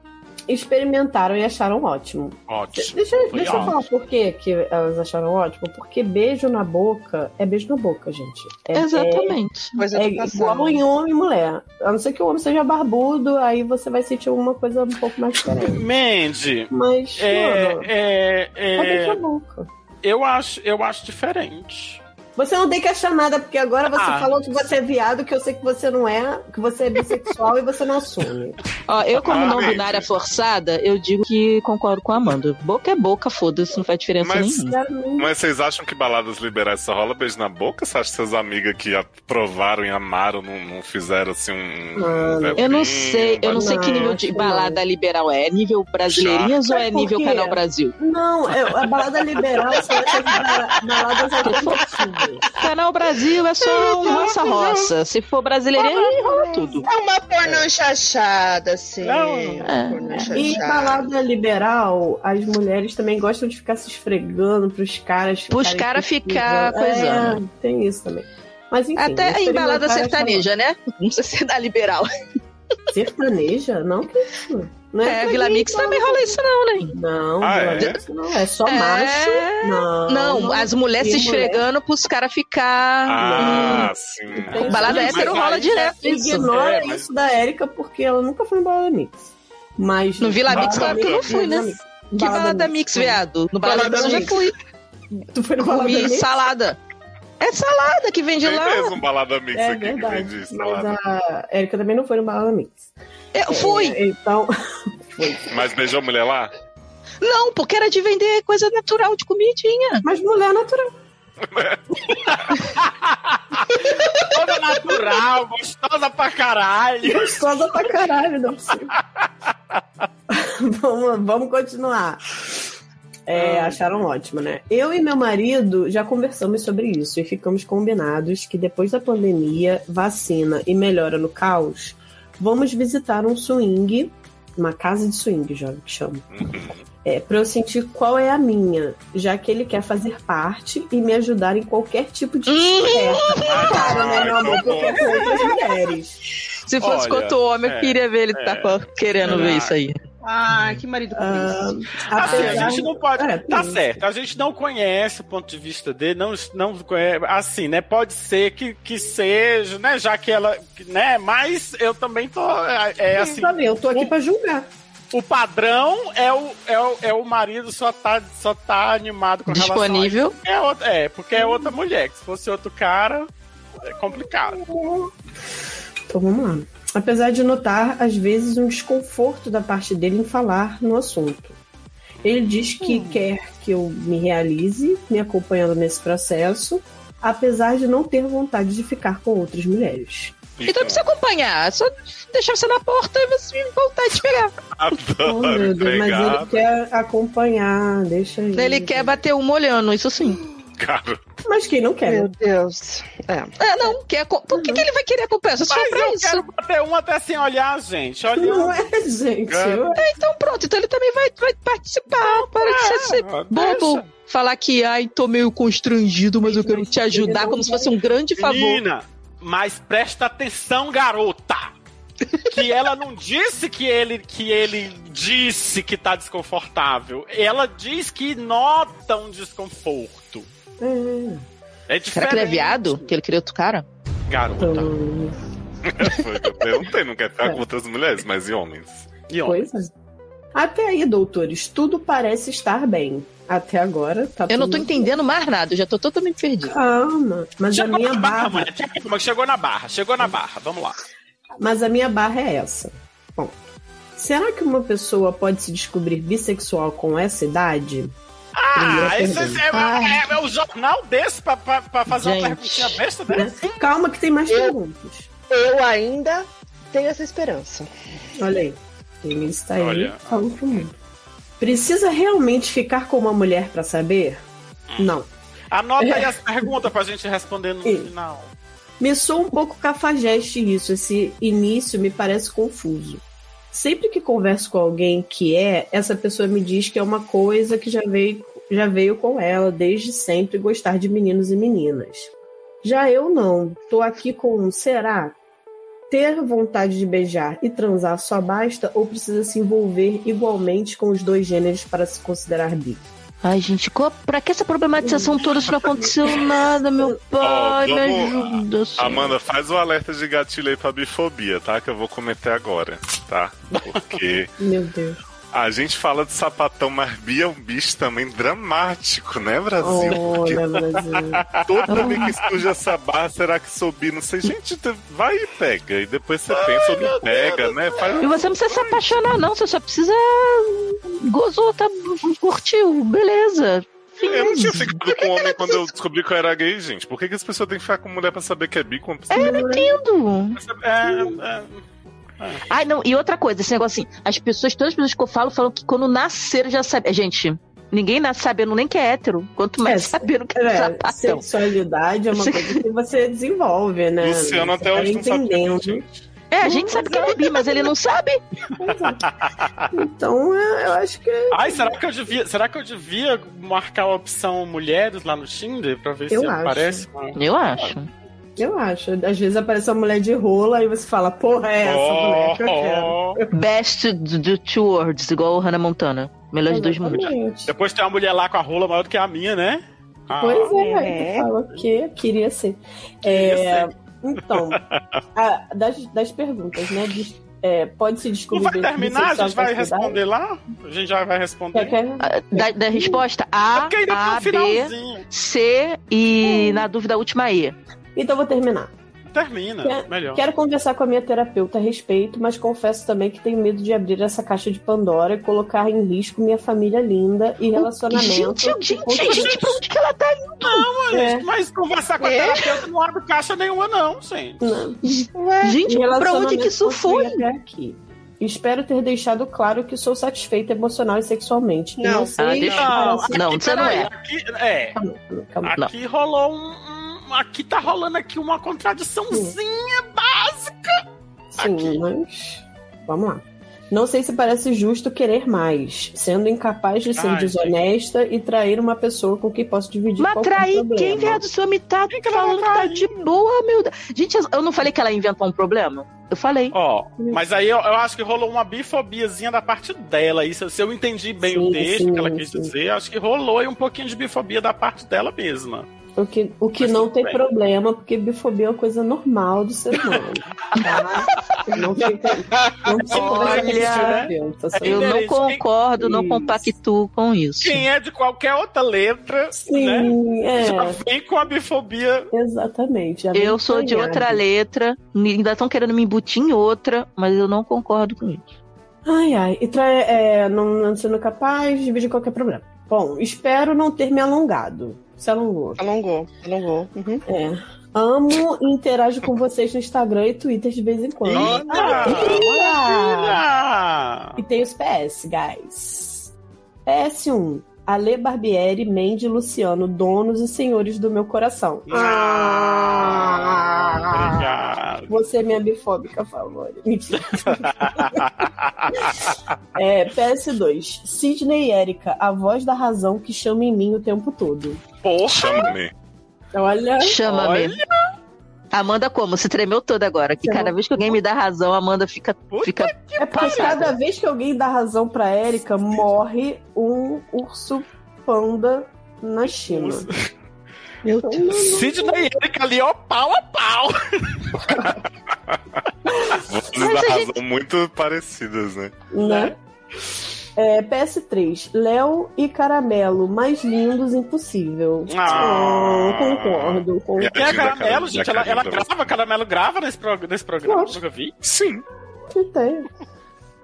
Speaker 2: Experimentaram e acharam ótimo.
Speaker 5: Ótimo.
Speaker 2: Deixa, eu-
Speaker 5: Foi
Speaker 2: deixa eu
Speaker 5: ótimo.
Speaker 2: falar por que que elas acharam ótimo. Porque beijo na boca é beijo na boca, gente. É,
Speaker 4: Exatamente.
Speaker 3: Coisa
Speaker 2: É
Speaker 3: do
Speaker 2: igual
Speaker 3: passado.
Speaker 2: em homem e mulher. A não ser que o homem seja barbudo, aí você vai sentir alguma coisa um pouco mais diferente.
Speaker 5: Mandy,
Speaker 2: Mas,
Speaker 5: é,
Speaker 2: mano,
Speaker 5: é,
Speaker 2: é beijo na
Speaker 5: é,
Speaker 2: boca.
Speaker 5: eu, acho, eu acho diferente.
Speaker 2: Você não tem que achar nada, porque agora você
Speaker 5: Ah.
Speaker 2: falou que você é viado, que eu sei que você não é, que você é bissexual e você não assume.
Speaker 4: Ó, eu, como
Speaker 1: Ah,
Speaker 4: não
Speaker 1: bem.
Speaker 4: binária forçada, eu digo que concordo com a Amanda. Boca é boca, foda-se, não faz diferença
Speaker 1: Mas-
Speaker 4: nenhuma.
Speaker 1: Mas vocês acham que baladas liberais só rola beijo na boca? Você acha que seus amigos que aprovaram e amaram não, não fizeram assim um.
Speaker 2: Mano,
Speaker 1: um
Speaker 4: Eu
Speaker 1: velcrinho,
Speaker 4: não sei, eu não sei que
Speaker 2: Não,
Speaker 4: nível de
Speaker 2: acho
Speaker 4: balada liberal é. É nível brasileirinhas
Speaker 2: Já.
Speaker 4: ou é
Speaker 2: Mas por
Speaker 4: nível
Speaker 2: quê?
Speaker 4: canal Brasil?
Speaker 2: Não, é- a balada liberal são essas bala- baladas alternativas.
Speaker 4: Canal Brasil é só um roça-roça. Se for brasileirinha, aí rola tudo.
Speaker 8: É uma pornô chachada, assim.
Speaker 5: Não.
Speaker 3: É,
Speaker 8: Uma pornô
Speaker 2: E
Speaker 8: chachada.
Speaker 2: balada liberal, as mulheres também gostam de ficar se esfregando pros caras.
Speaker 4: Pros
Speaker 2: ficarem
Speaker 4: caras ficar
Speaker 2: pesquisando.
Speaker 4: coisando.
Speaker 2: É, tem isso também. Mas enfim,
Speaker 4: Até em balada
Speaker 2: experimentar essa-
Speaker 4: sertaneja, né? Não precisa ser da liberal.
Speaker 2: Sertaneja? Não, que isso. Não
Speaker 4: É, Vila Mix também rola isso, não, né?
Speaker 2: Não,
Speaker 1: Ah,
Speaker 2: Vila
Speaker 1: é?
Speaker 2: Mix não. É só
Speaker 4: É.
Speaker 2: macho. Não.
Speaker 4: Não, as mulheres se
Speaker 2: E mulher?
Speaker 4: esfregando pros caras ficar.
Speaker 1: Ah, sim.
Speaker 2: Tem
Speaker 4: balada é
Speaker 2: gente
Speaker 4: hétero
Speaker 5: mas
Speaker 4: rola
Speaker 5: aí
Speaker 4: direto.
Speaker 2: que
Speaker 4: Isso.
Speaker 2: Ignora
Speaker 1: É, mas-
Speaker 2: isso da Érica, porque ela nunca foi em balada mix. Mas.
Speaker 4: No Vila Mix,
Speaker 1: claro que eu não
Speaker 4: fui, né? Que balada mix, viado? No balada
Speaker 2: Balada
Speaker 4: mix eu já
Speaker 2: Mix.
Speaker 4: fui.
Speaker 2: Tu foi no balada
Speaker 4: Comi
Speaker 2: mix?
Speaker 4: salada. É salada que vende
Speaker 1: Tem
Speaker 4: lá.
Speaker 1: mesmo um balada mix
Speaker 2: É
Speaker 1: aqui que
Speaker 2: verdade.
Speaker 1: vende isso.
Speaker 2: Mas
Speaker 1: Mas,
Speaker 2: a Érica também não foi no balada mix.
Speaker 4: Eu fui.
Speaker 2: É, Então.
Speaker 1: mas beijou a mulher lá?
Speaker 4: Não, porque era de vender coisa natural de comidinha.
Speaker 2: Mas mulher é natural.
Speaker 5: Toda natural, gostosa pra caralho.
Speaker 2: Gostosa pra caralho, não sei. vamos, vamos continuar. É,
Speaker 4: Ah.
Speaker 2: acharam ótimo, né? Eu e meu marido já conversamos sobre isso e ficamos combinados que depois da pandemia, vacina e melhora no caos, vamos visitar um swing, uma casa de swing, já que chama.
Speaker 4: Uhum.
Speaker 2: É, pra eu sentir qual é a minha, já que ele quer fazer parte e me ajudar em qualquer tipo de descoberta. Claro, né, meu amor? Porque são outras mulheres.
Speaker 4: Se
Speaker 1: Olha,
Speaker 4: fosse quanto homem,
Speaker 1: é,
Speaker 4: eu queria ver ele
Speaker 1: é. Ah.
Speaker 4: tá co- querendo
Speaker 1: Será?
Speaker 4: ver isso aí.
Speaker 8: Ai, que marido com
Speaker 2: Ah,
Speaker 8: isso.
Speaker 5: Assim,
Speaker 2: apesar-
Speaker 5: a gente não pode.
Speaker 2: É,
Speaker 5: Tá
Speaker 2: tem-
Speaker 5: certo, a gente não conhece o ponto de vista dele, não, não conhece. Assim, né? Pode ser que, que seja, né? Já que ela. Né? Mas eu também tô. É, é assim,
Speaker 2: Tá bem, eu tô aqui pra julgar.
Speaker 5: o padrão é o, é o, é o marido só tá, só tá animado com relação a isso.
Speaker 4: Disponível.
Speaker 5: É, outra- é, porque é outra mulher. que Se fosse outro cara, é complicado.
Speaker 2: Então vamos lá. Apesar de notar, às vezes, um desconforto da parte dele em falar no assunto. Ele diz que
Speaker 4: Hum.
Speaker 2: quer que eu me realize, me acompanhando nesse processo, apesar de não ter vontade de ficar com outras mulheres.
Speaker 4: Então não precisa acompanhar. É só deixar você na porta e você voltar e te pegar.
Speaker 2: Oh, meu
Speaker 1: Adoro
Speaker 2: Deus, mas
Speaker 1: pegar.
Speaker 2: ele quer acompanhar, deixa ele.
Speaker 4: Ele quer bater uma olhando, isso sim.
Speaker 1: Cara,
Speaker 2: Mas quem não quer?
Speaker 3: Meu
Speaker 2: né?
Speaker 3: Deus.
Speaker 4: É, não. Quer, co- por que, que ele vai querer acompanhar? Só se for
Speaker 5: Mas
Speaker 4: pra
Speaker 5: eu
Speaker 4: isso.
Speaker 5: quero bater um até sem olhar, gente.
Speaker 2: Não
Speaker 5: Olha.
Speaker 2: é, gente.
Speaker 1: Cara.
Speaker 2: É,
Speaker 4: Então pronto, então ele também vai, vai participar. para de ser, ser bobo. Falar que, ai, tô meio constrangido, mas eu quero te ajudar, como se fosse um grande favor.
Speaker 5: Menina, mas presta atenção, garota. Que ela não disse que ele, que ele disse que tá desconfortável. Ela diz que nota um desconforto. É diferente.
Speaker 4: Será que ele é viado? Que ele queria outro cara?
Speaker 5: Garota.
Speaker 2: então,
Speaker 1: eu perguntei, É, não quer ficar com outras mulheres, mas e homens?
Speaker 5: E, ó,
Speaker 2: coisa. Até aí, doutores, tudo parece estar bem. Até agora, tá
Speaker 4: Eu não tô
Speaker 2: tudo
Speaker 4: entendendo mais nada, eu já tô totalmente perdido.
Speaker 2: Calma, mas
Speaker 5: Chegou
Speaker 2: a minha
Speaker 5: na barra,
Speaker 2: barra,
Speaker 5: mulher. Chegou- Chegou na barra, chegou na barra. Vamos lá.
Speaker 2: mas a minha barra é essa. Bom, será que uma pessoa pode se descobrir bissexual com essa idade?
Speaker 5: Ah,
Speaker 2: Primeira
Speaker 5: esse
Speaker 2: pergunta.
Speaker 5: é, é, é o jornal desse pra, pra, pra fazer
Speaker 4: Gente.
Speaker 5: uma perguntinha besta
Speaker 2: Né?
Speaker 5: dessa?
Speaker 2: Calma que tem mais
Speaker 3: Eu-
Speaker 2: perguntas.
Speaker 3: Eu ainda tenho essa esperança.
Speaker 2: Olha aí, ele está aí
Speaker 1: Olha.
Speaker 2: falando pro mundo. Precisa realmente ficar com uma mulher pra saber? Não.
Speaker 5: Anota aí as perguntas pra gente responder no
Speaker 2: Sim.
Speaker 5: final.
Speaker 2: Me soa um pouco cafajeste isso, esse início me parece confuso. Sempre que converso com alguém que é, essa pessoa me diz que é uma coisa que já veio, já veio com ela desde sempre gostar de meninos e meninas. Já eu não, tô aqui com um será? Ter vontade de beijar e transar só basta ou precisa se envolver igualmente com os dois gêneros para se considerar bi?
Speaker 4: Ai, gente, qual, pra que essa problematização toda se não aconteceu nada, meu pai?
Speaker 1: Ó,
Speaker 4: me
Speaker 1: vamos-
Speaker 4: ajuda. senhor.
Speaker 1: Amanda, faz o alerta de gatilho aí pra bifobia, tá? Que eu vou cometer agora, tá? Porque
Speaker 2: Meu Deus.
Speaker 1: A gente fala de sapatão, mas Bia é um bicho também dramático, né, Brasil? Porque
Speaker 2: Olha, Brasil.
Speaker 1: toda vez que suja essa barra, será que subir? Não sei. Gente, te- vai e pega. E depois você pensa ou não pega, né? Faz...
Speaker 4: E você não precisa se apaixonar, não. Você só precisa gozou, tá, curtiu, beleza.
Speaker 1: Eu É, não tinha ficado com homem quando eu descobri que eu era gay, gente. Por que, que as pessoas têm que ficar com mulher pra saber que é bi? Quando...
Speaker 4: Entendo.
Speaker 5: É, é,
Speaker 4: Ah, não, e outra coisa, esse negócio assim, as pessoas, todas as pessoas que eu falo, falam que quando nasceram já sabem. Gente, ninguém nasce sabendo nem que é hétero, quanto mais
Speaker 2: É,
Speaker 4: sabendo que é,
Speaker 2: É,
Speaker 4: sapatão.
Speaker 2: sexualidade é uma coisa que você desenvolve, né?
Speaker 1: Luciano até hoje não
Speaker 2: Você vai
Speaker 1: sabe.
Speaker 2: entendendo.
Speaker 1: gente.
Speaker 4: É, a gente sabe que ele é bi, mas ele não sabe.
Speaker 2: Então, é, eu acho que
Speaker 5: Ai, será que eu devia, será que eu devia marcar a opção mulheres lá no Tinder pra ver
Speaker 2: Eu
Speaker 5: se
Speaker 2: acho.
Speaker 5: aparece? uma-
Speaker 4: Eu acho.
Speaker 2: Eu acho. Às vezes aparece uma mulher de rola e você fala, porra, é essa mulher que eu quero.
Speaker 5: Oh, oh.
Speaker 4: Best do two worlds, igual o Hannah Montana. Melhor de dois mundos.
Speaker 2: Exatamente.
Speaker 5: Depois tem uma mulher lá com a rola maior do que a minha, né? Ah,
Speaker 2: Pois é,
Speaker 3: É.
Speaker 2: tu fala que queria ser. É, Então, a- das, das perguntas, né? de- é, pode se
Speaker 5: Não
Speaker 2: descobrir.
Speaker 5: vai
Speaker 2: dentro de
Speaker 5: terminar? A
Speaker 2: sexual
Speaker 5: gente vai
Speaker 2: facilidade?
Speaker 5: responder lá? A gente já vai
Speaker 2: Quer,
Speaker 5: responder.
Speaker 2: quer?
Speaker 4: Ah, Da, da resposta
Speaker 5: É
Speaker 4: A,
Speaker 5: porque
Speaker 1: então
Speaker 5: ainda tem
Speaker 4: A,
Speaker 5: um
Speaker 4: B,
Speaker 5: finalzinho.
Speaker 4: C e na dúvida a última E.
Speaker 2: Então vou terminar.
Speaker 5: Termina,
Speaker 2: Quer-
Speaker 5: melhor.
Speaker 2: Quero conversar com a minha terapeuta a respeito, mas confesso também que tenho medo de abrir essa caixa de Pandora e colocar em risco minha família linda e relacionamento.
Speaker 4: Gente, gente, gente, gente, pra onde que ela tá?
Speaker 2: É.
Speaker 5: Gente, Mas conversar com a
Speaker 3: É.
Speaker 5: terapeuta não abre caixa nenhuma, não, gente.
Speaker 2: Não.
Speaker 4: Gente, pra onde
Speaker 2: né, Relacionamento
Speaker 4: que isso
Speaker 2: construído
Speaker 4: foi?
Speaker 2: até aqui. Espero ter deixado claro que sou satisfeita emocional e sexualmente.
Speaker 3: Não.
Speaker 2: sei
Speaker 4: Ah, deixa-
Speaker 2: Não,
Speaker 5: aqui,
Speaker 4: Não, você não
Speaker 5: peraí,
Speaker 4: é.
Speaker 5: Aqui, é,
Speaker 2: calma, calma.
Speaker 4: Não.
Speaker 5: aqui rolou um, um- Aqui tá rolando aqui uma contradiçãozinha básica.
Speaker 2: Sim,
Speaker 5: Aqui.
Speaker 2: mas. Vamos lá. Não sei se parece justo querer mais, sendo incapaz de ser
Speaker 5: Ai,
Speaker 2: desonesta e trair uma pessoa com quem posso dividir
Speaker 4: Mas
Speaker 2: qualquer
Speaker 4: trair
Speaker 2: problema.
Speaker 4: quem, viado? Sua me tá
Speaker 5: Quem que ela
Speaker 4: falando que
Speaker 5: vai
Speaker 4: tá
Speaker 5: trair?
Speaker 4: de boa, meu Deus. Gente, eu não falei que ela inventou um problema? Eu falei.
Speaker 5: Ó, mas aí eu, eu acho que rolou uma bifobiazinha da parte dela. Isso, se eu entendi bem
Speaker 2: Sim,
Speaker 5: o texto
Speaker 2: sim,
Speaker 5: que ela quis
Speaker 2: sim.
Speaker 5: dizer, acho que rolou aí um pouquinho de bifobia da parte dela mesma.
Speaker 2: O que, o que
Speaker 5: Mas
Speaker 2: não
Speaker 5: tudo
Speaker 2: tem
Speaker 5: bem.
Speaker 2: problema, porque bifobia é uma coisa normal do ser humano. Tá? não fica. Não fica
Speaker 4: Olha,
Speaker 2: né?
Speaker 4: é né?
Speaker 2: terapeuta, sabe?
Speaker 4: Eu não
Speaker 5: Inderente, quem-
Speaker 4: concordo, não
Speaker 2: Isso.
Speaker 4: compactuo com isso.
Speaker 5: Quem é de qualquer outra letra, né?
Speaker 2: Sim,
Speaker 5: Já
Speaker 2: é.
Speaker 5: vem com a bifobia.
Speaker 2: Exatamente. já
Speaker 4: Eu
Speaker 2: vem
Speaker 4: sou de
Speaker 2: sonhado.
Speaker 4: outra letra, me- ainda estão querendo me embutir em outra, mas eu não concordo com isso.
Speaker 2: Ai, ai. E trai, é, não, não sendo capaz de dividir qualquer problema. Bom, espero não ter me alongado. Se alongou.
Speaker 3: Alongou, alongou. Uhum.
Speaker 2: É. Amo e interajo com vocês no Instagram e Twitter de vez em quando.
Speaker 5: Olha!
Speaker 2: Ah,
Speaker 5: Ah,
Speaker 2: e tem os PS, guys. PS1. Ale Barbieri, Mandy, Luciano, donos e senhores do meu coração.
Speaker 5: Ah,
Speaker 2: Você é minha bifóbica favorita. Mentira. é, PS2. Sidney e Erika, a voz da razão que chama em mim o tempo todo.
Speaker 5: obrigado. Porra,
Speaker 1: Chama-me.
Speaker 2: Olha.
Speaker 4: Chama-me. Amanda, como? Se tremeu toda agora. Que cada vez que alguém me dá razão, a Amanda fica.
Speaker 5: Puta
Speaker 4: fica...
Speaker 2: É porque
Speaker 4: Passada.
Speaker 2: cada vez que alguém dá razão pra Erika, morre um urso panda na China.
Speaker 5: Urso.
Speaker 3: Meu
Speaker 2: Então,
Speaker 3: Deus.
Speaker 5: Sidney e Erika ali, ó, pau a pau.
Speaker 1: Vozes
Speaker 4: Mas
Speaker 1: da
Speaker 4: a
Speaker 1: razão muito parecidas, né?
Speaker 2: né? É, PS3. Léo e Caramelo, mais lindos impossível.
Speaker 5: Ah.
Speaker 2: Oh, concordo, concordo.
Speaker 5: Quem é a
Speaker 1: Ajuda,
Speaker 5: Caramelo,
Speaker 1: Caramelo,
Speaker 5: gente?
Speaker 1: já
Speaker 5: Ela, ela
Speaker 1: ajuda você.
Speaker 5: grava, a Caramelo grava nesse, prog- nesse programa,
Speaker 2: Lógico.
Speaker 5: nunca vi.
Speaker 1: Sim.
Speaker 2: Tem.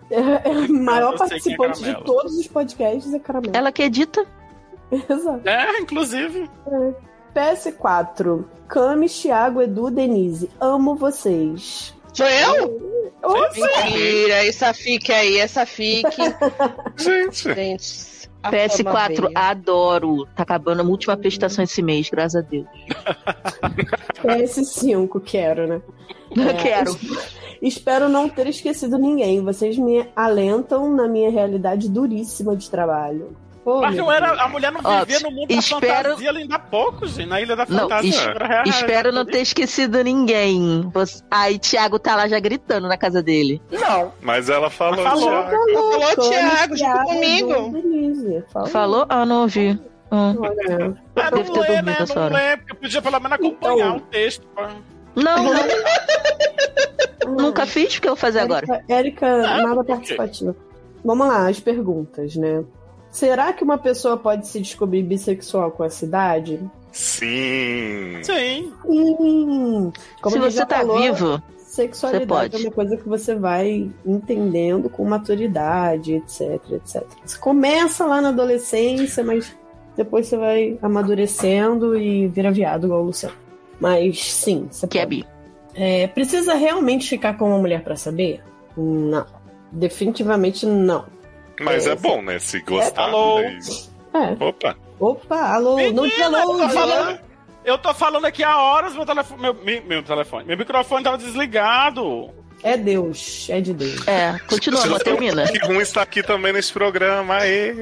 Speaker 2: É, é o maior
Speaker 5: Eu sei quem é
Speaker 2: participante de
Speaker 5: Caramelo.
Speaker 2: todos os podcasts é Caramelo.
Speaker 4: Ela que edita.
Speaker 2: Exato.
Speaker 5: É, inclusive.
Speaker 2: PS4. Cami, Thiago, Edu, Denise. Amo vocês.
Speaker 3: Sou eu?
Speaker 2: Ô,
Speaker 3: Mentira, essa fique aí, essa fique.
Speaker 1: Gente.
Speaker 3: Gente, a fama
Speaker 4: PS4,
Speaker 3: veio.
Speaker 4: adoro. Tá acabando a última prestação esse mês, graças a Deus.
Speaker 2: PS5, quero, né?
Speaker 4: Não quero.
Speaker 2: Espero não ter esquecido ninguém. Vocês me alentam na minha realidade duríssima de trabalho. Pô,
Speaker 5: Mas
Speaker 2: meu
Speaker 5: não era,
Speaker 2: Deus.
Speaker 5: a mulher não
Speaker 4: Ó,
Speaker 5: vivia no mundo da
Speaker 4: espero-
Speaker 5: fantasia ali ainda há pouco, gente. Na Ilha da
Speaker 4: Não,
Speaker 5: Fantasia.
Speaker 1: es-
Speaker 5: Era- era-
Speaker 4: Espero não ter esquecido ninguém. Você- Aí, Thiago tá lá já gritando na casa dele.
Speaker 3: Não,
Speaker 1: Mas ela falou,
Speaker 5: Ela falou.
Speaker 1: Thiago.
Speaker 2: Falou,
Speaker 3: Falou,
Speaker 2: Cami,
Speaker 3: Thiago, junto
Speaker 2: Thiago,
Speaker 3: comigo.
Speaker 2: Edu, Denise. Falou.
Speaker 4: Falou? Ah, não ouvi. Ah.
Speaker 2: Olha.
Speaker 5: Ah,
Speaker 4: Deve ter
Speaker 5: não lê,
Speaker 4: dormido
Speaker 5: né?
Speaker 4: essa
Speaker 5: Não
Speaker 4: hora.
Speaker 5: lê, porque podia pelo menos acompanhar
Speaker 2: Então.
Speaker 5: o texto. pô.
Speaker 4: Não, nu- nunca fiz, porque eu vou fazer agora?
Speaker 2: Érica, Érica,
Speaker 5: Ah,
Speaker 2: nada
Speaker 5: por quê?
Speaker 2: participativa. Vamos lá, as perguntas, né? Será que uma pessoa pode se descobrir bissexual com a cidade?
Speaker 1: Sim.
Speaker 5: Sim.
Speaker 2: Hum, como
Speaker 4: Se
Speaker 2: ele já
Speaker 4: você tá
Speaker 2: falou,
Speaker 4: vivo,
Speaker 2: sexualidade
Speaker 4: você pode.
Speaker 2: é uma coisa que você vai entendendo com maturidade, etc, etc. Você começa lá na adolescência, mas depois você vai amadurecendo e vira viado igual o Luciano. Mas sim, você
Speaker 4: que é
Speaker 2: pode.
Speaker 4: bi.
Speaker 2: É, precisa realmente ficar com uma mulher pra saber? Não. Definitivamente não.
Speaker 1: Mas
Speaker 2: É,
Speaker 1: é bom, né? Se
Speaker 5: É,
Speaker 1: gostar.
Speaker 5: alô.
Speaker 1: daí-
Speaker 2: É.
Speaker 1: Opa.
Speaker 2: Opa, alô, não né? te alô,
Speaker 5: tá
Speaker 2: alô.
Speaker 5: falando- Eu tô falando aqui há horas, meu telefone. Meu, mi- meu telefone. Meu microfone tava desligado.
Speaker 2: É Deus, é de Deus.
Speaker 4: É, continua,
Speaker 1: Vocês
Speaker 4: amor,
Speaker 1: estão-
Speaker 4: termina.
Speaker 1: Que ruim está aqui também neste programa. Aê.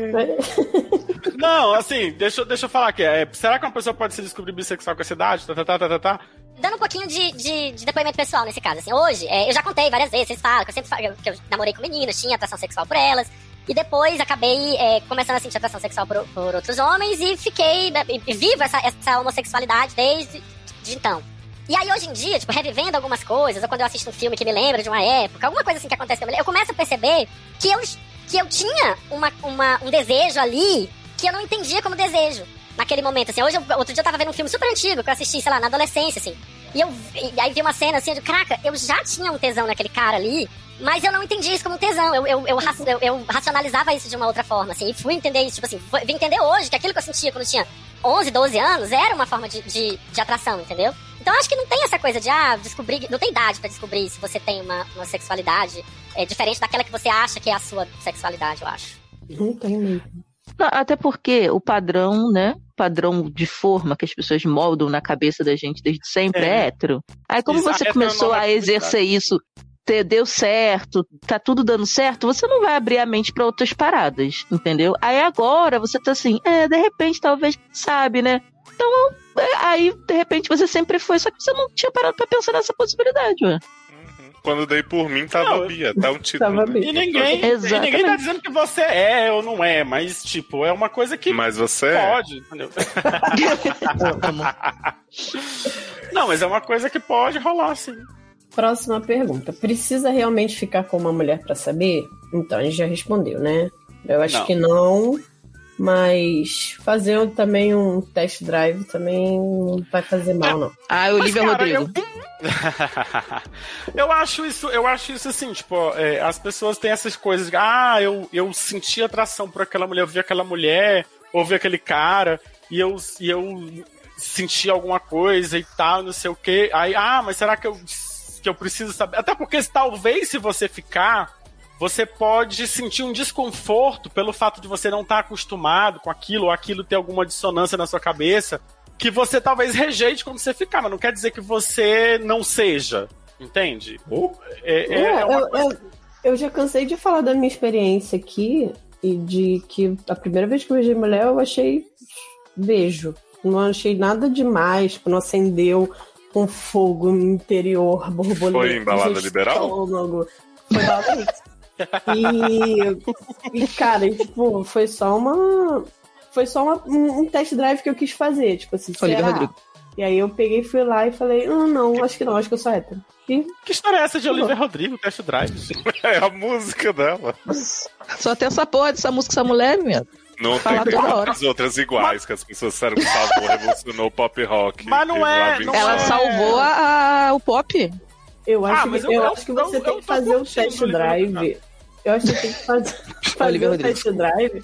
Speaker 5: Não, assim, deixa, eu- deixa eu falar aqui. É, será que uma pessoa pode se descobrir bissexual com a cidade? Tá, tá, tá, tá, tá, tá.
Speaker 9: Dando um pouquinho de, de, de depoimento pessoal nesse caso, assim, hoje, é, eu já contei várias vezes, vocês falam, que eu sempre falo, que eu namorei com meninos, tinha atração sexual por elas, e depois acabei é, começando a sentir atração sexual por, por outros homens e fiquei, né, e- e vivo essa, essa homossexualidade desde de então. E aí, hoje em dia, tipo, revivendo algumas coisas, ou quando eu assisto um filme que me lembra de uma época, alguma coisa assim que acontece com a mulher, eu começo a perceber que eu, que eu tinha uma, uma, um desejo ali que eu não entendia como desejo naquele momento, assim. Hoje, eu- outro dia eu tava vendo um filme super antigo que eu assisti, sei lá, na adolescência, assim. E, eu, e aí vi uma cena assim, eu digo, caraca, eu já tinha um tesão naquele cara ali, mas eu não entendia isso como um tesão. Eu, eu, eu, raci- eu- eu racionalizava isso de uma outra forma, assim. E fui entender isso, tipo assim, fui- vim entender hoje que aquilo que eu sentia quando eu tinha 11, 12 anos era uma forma de, de, de atração, entendeu? Então acho que não tem essa coisa de, ah, descobrir... Não tem idade pra descobrir se você tem uma, uma sexualidade é, diferente daquela que você acha que é a sua sexualidade, eu acho.
Speaker 2: Não tem mesmo.
Speaker 4: Não, Até porque o padrão, né? Padrão de forma que as pessoas moldam na cabeça da gente desde sempre é,
Speaker 5: É.
Speaker 4: hétero. Aí como
Speaker 5: Isso, a
Speaker 4: você
Speaker 5: hétero
Speaker 4: começou
Speaker 5: não
Speaker 4: a
Speaker 5: vai
Speaker 4: exercer isso, te deu certo, tá tudo dando certo, você não vai abrir a mente pra outras paradas, entendeu? Aí agora você tá assim, é, de repente, talvez, sabe, né? Então, é, aí, de repente, você sempre foi, só que você não tinha parado pra pensar nessa possibilidade, ué.
Speaker 1: Uhum. Quando dei por mim, tava
Speaker 5: Não, eu-
Speaker 1: Bia. Tá um título.
Speaker 2: Tava
Speaker 1: né?
Speaker 2: bem.
Speaker 5: E ninguém, e
Speaker 4: Exatamente.
Speaker 5: ninguém tá dizendo que você é ou não é, mas, tipo, é uma coisa que
Speaker 1: Mas você é.
Speaker 5: pode, entendeu? Não, mas é uma coisa que pode rolar, sim.
Speaker 2: Próxima pergunta. Precisa realmente ficar com uma mulher pra saber? Então, a gente já respondeu, né? Eu acho
Speaker 5: Não.
Speaker 2: que não. Mas fazer também um test drive também não vai fazer mal, não.
Speaker 4: Ah, Olivia
Speaker 5: Mas, cara,
Speaker 4: Rodrigo.
Speaker 5: Eu... eu acho isso, eu acho isso assim, tipo, é, as pessoas têm essas coisas, de, ah, eu, eu senti atração por aquela mulher, eu vi aquela mulher, ou vi aquele cara, e eu, e eu senti alguma coisa e tal, não sei o quê. Aí, ah, mas será que eu, que eu preciso saber? Até porque talvez se você ficar, você pode sentir um desconforto pelo fato de você não estar acostumado com aquilo, ou aquilo ter alguma dissonância na sua cabeça que você talvez rejeite quando você ficar, mas não quer dizer que você não seja. Entende? É, é-
Speaker 2: É,
Speaker 5: é uma
Speaker 2: eu,
Speaker 5: coisa-
Speaker 2: eu- eu já cansei de falar da minha experiência aqui e de que a primeira vez que eu beijei mulher eu achei beijo. Não achei nada demais, tipo, não acendeu com fogo interior, borboleta.
Speaker 1: Foi em balada
Speaker 2: no
Speaker 1: liberal?
Speaker 2: estômago. Foi balada liberal. E, e, cara, e, tipo, foi só uma. Foi só uma- um, um test drive que eu quis fazer. Tipo assim,
Speaker 4: Olivia
Speaker 2: será?
Speaker 4: Rodrigo.
Speaker 2: E aí eu peguei, fui lá e falei, ah, não, acho que não, acho que eu sou hétero.
Speaker 5: Que história é essa de Olivia Rodrigo, Test Drive?
Speaker 1: É a música dela.
Speaker 4: Só tem essa porra dessa música, essa mulher, minha.
Speaker 1: Não
Speaker 4: Falar
Speaker 1: tem
Speaker 4: toda hora.
Speaker 1: as outras iguais, que as pessoas disseram que salvou, revolucionou o pop rock.
Speaker 5: Mas não
Speaker 1: Teve lá
Speaker 5: é-
Speaker 1: 20
Speaker 5: não
Speaker 4: Ela
Speaker 5: é-
Speaker 1: anos.
Speaker 4: salvou a- a- o pop.
Speaker 2: Eu acho,
Speaker 5: Ah, mas
Speaker 2: que,
Speaker 5: eu-
Speaker 2: eu
Speaker 5: eu-
Speaker 2: acho que
Speaker 5: eu-
Speaker 2: você
Speaker 5: eu
Speaker 2: tem
Speaker 5: tô
Speaker 2: que fazer o
Speaker 5: curtindo
Speaker 2: test
Speaker 5: o Oliver
Speaker 2: drive. Eu acho que tem que fazer, fazer
Speaker 4: Oliver
Speaker 2: o
Speaker 4: Rodrigo.
Speaker 2: test drive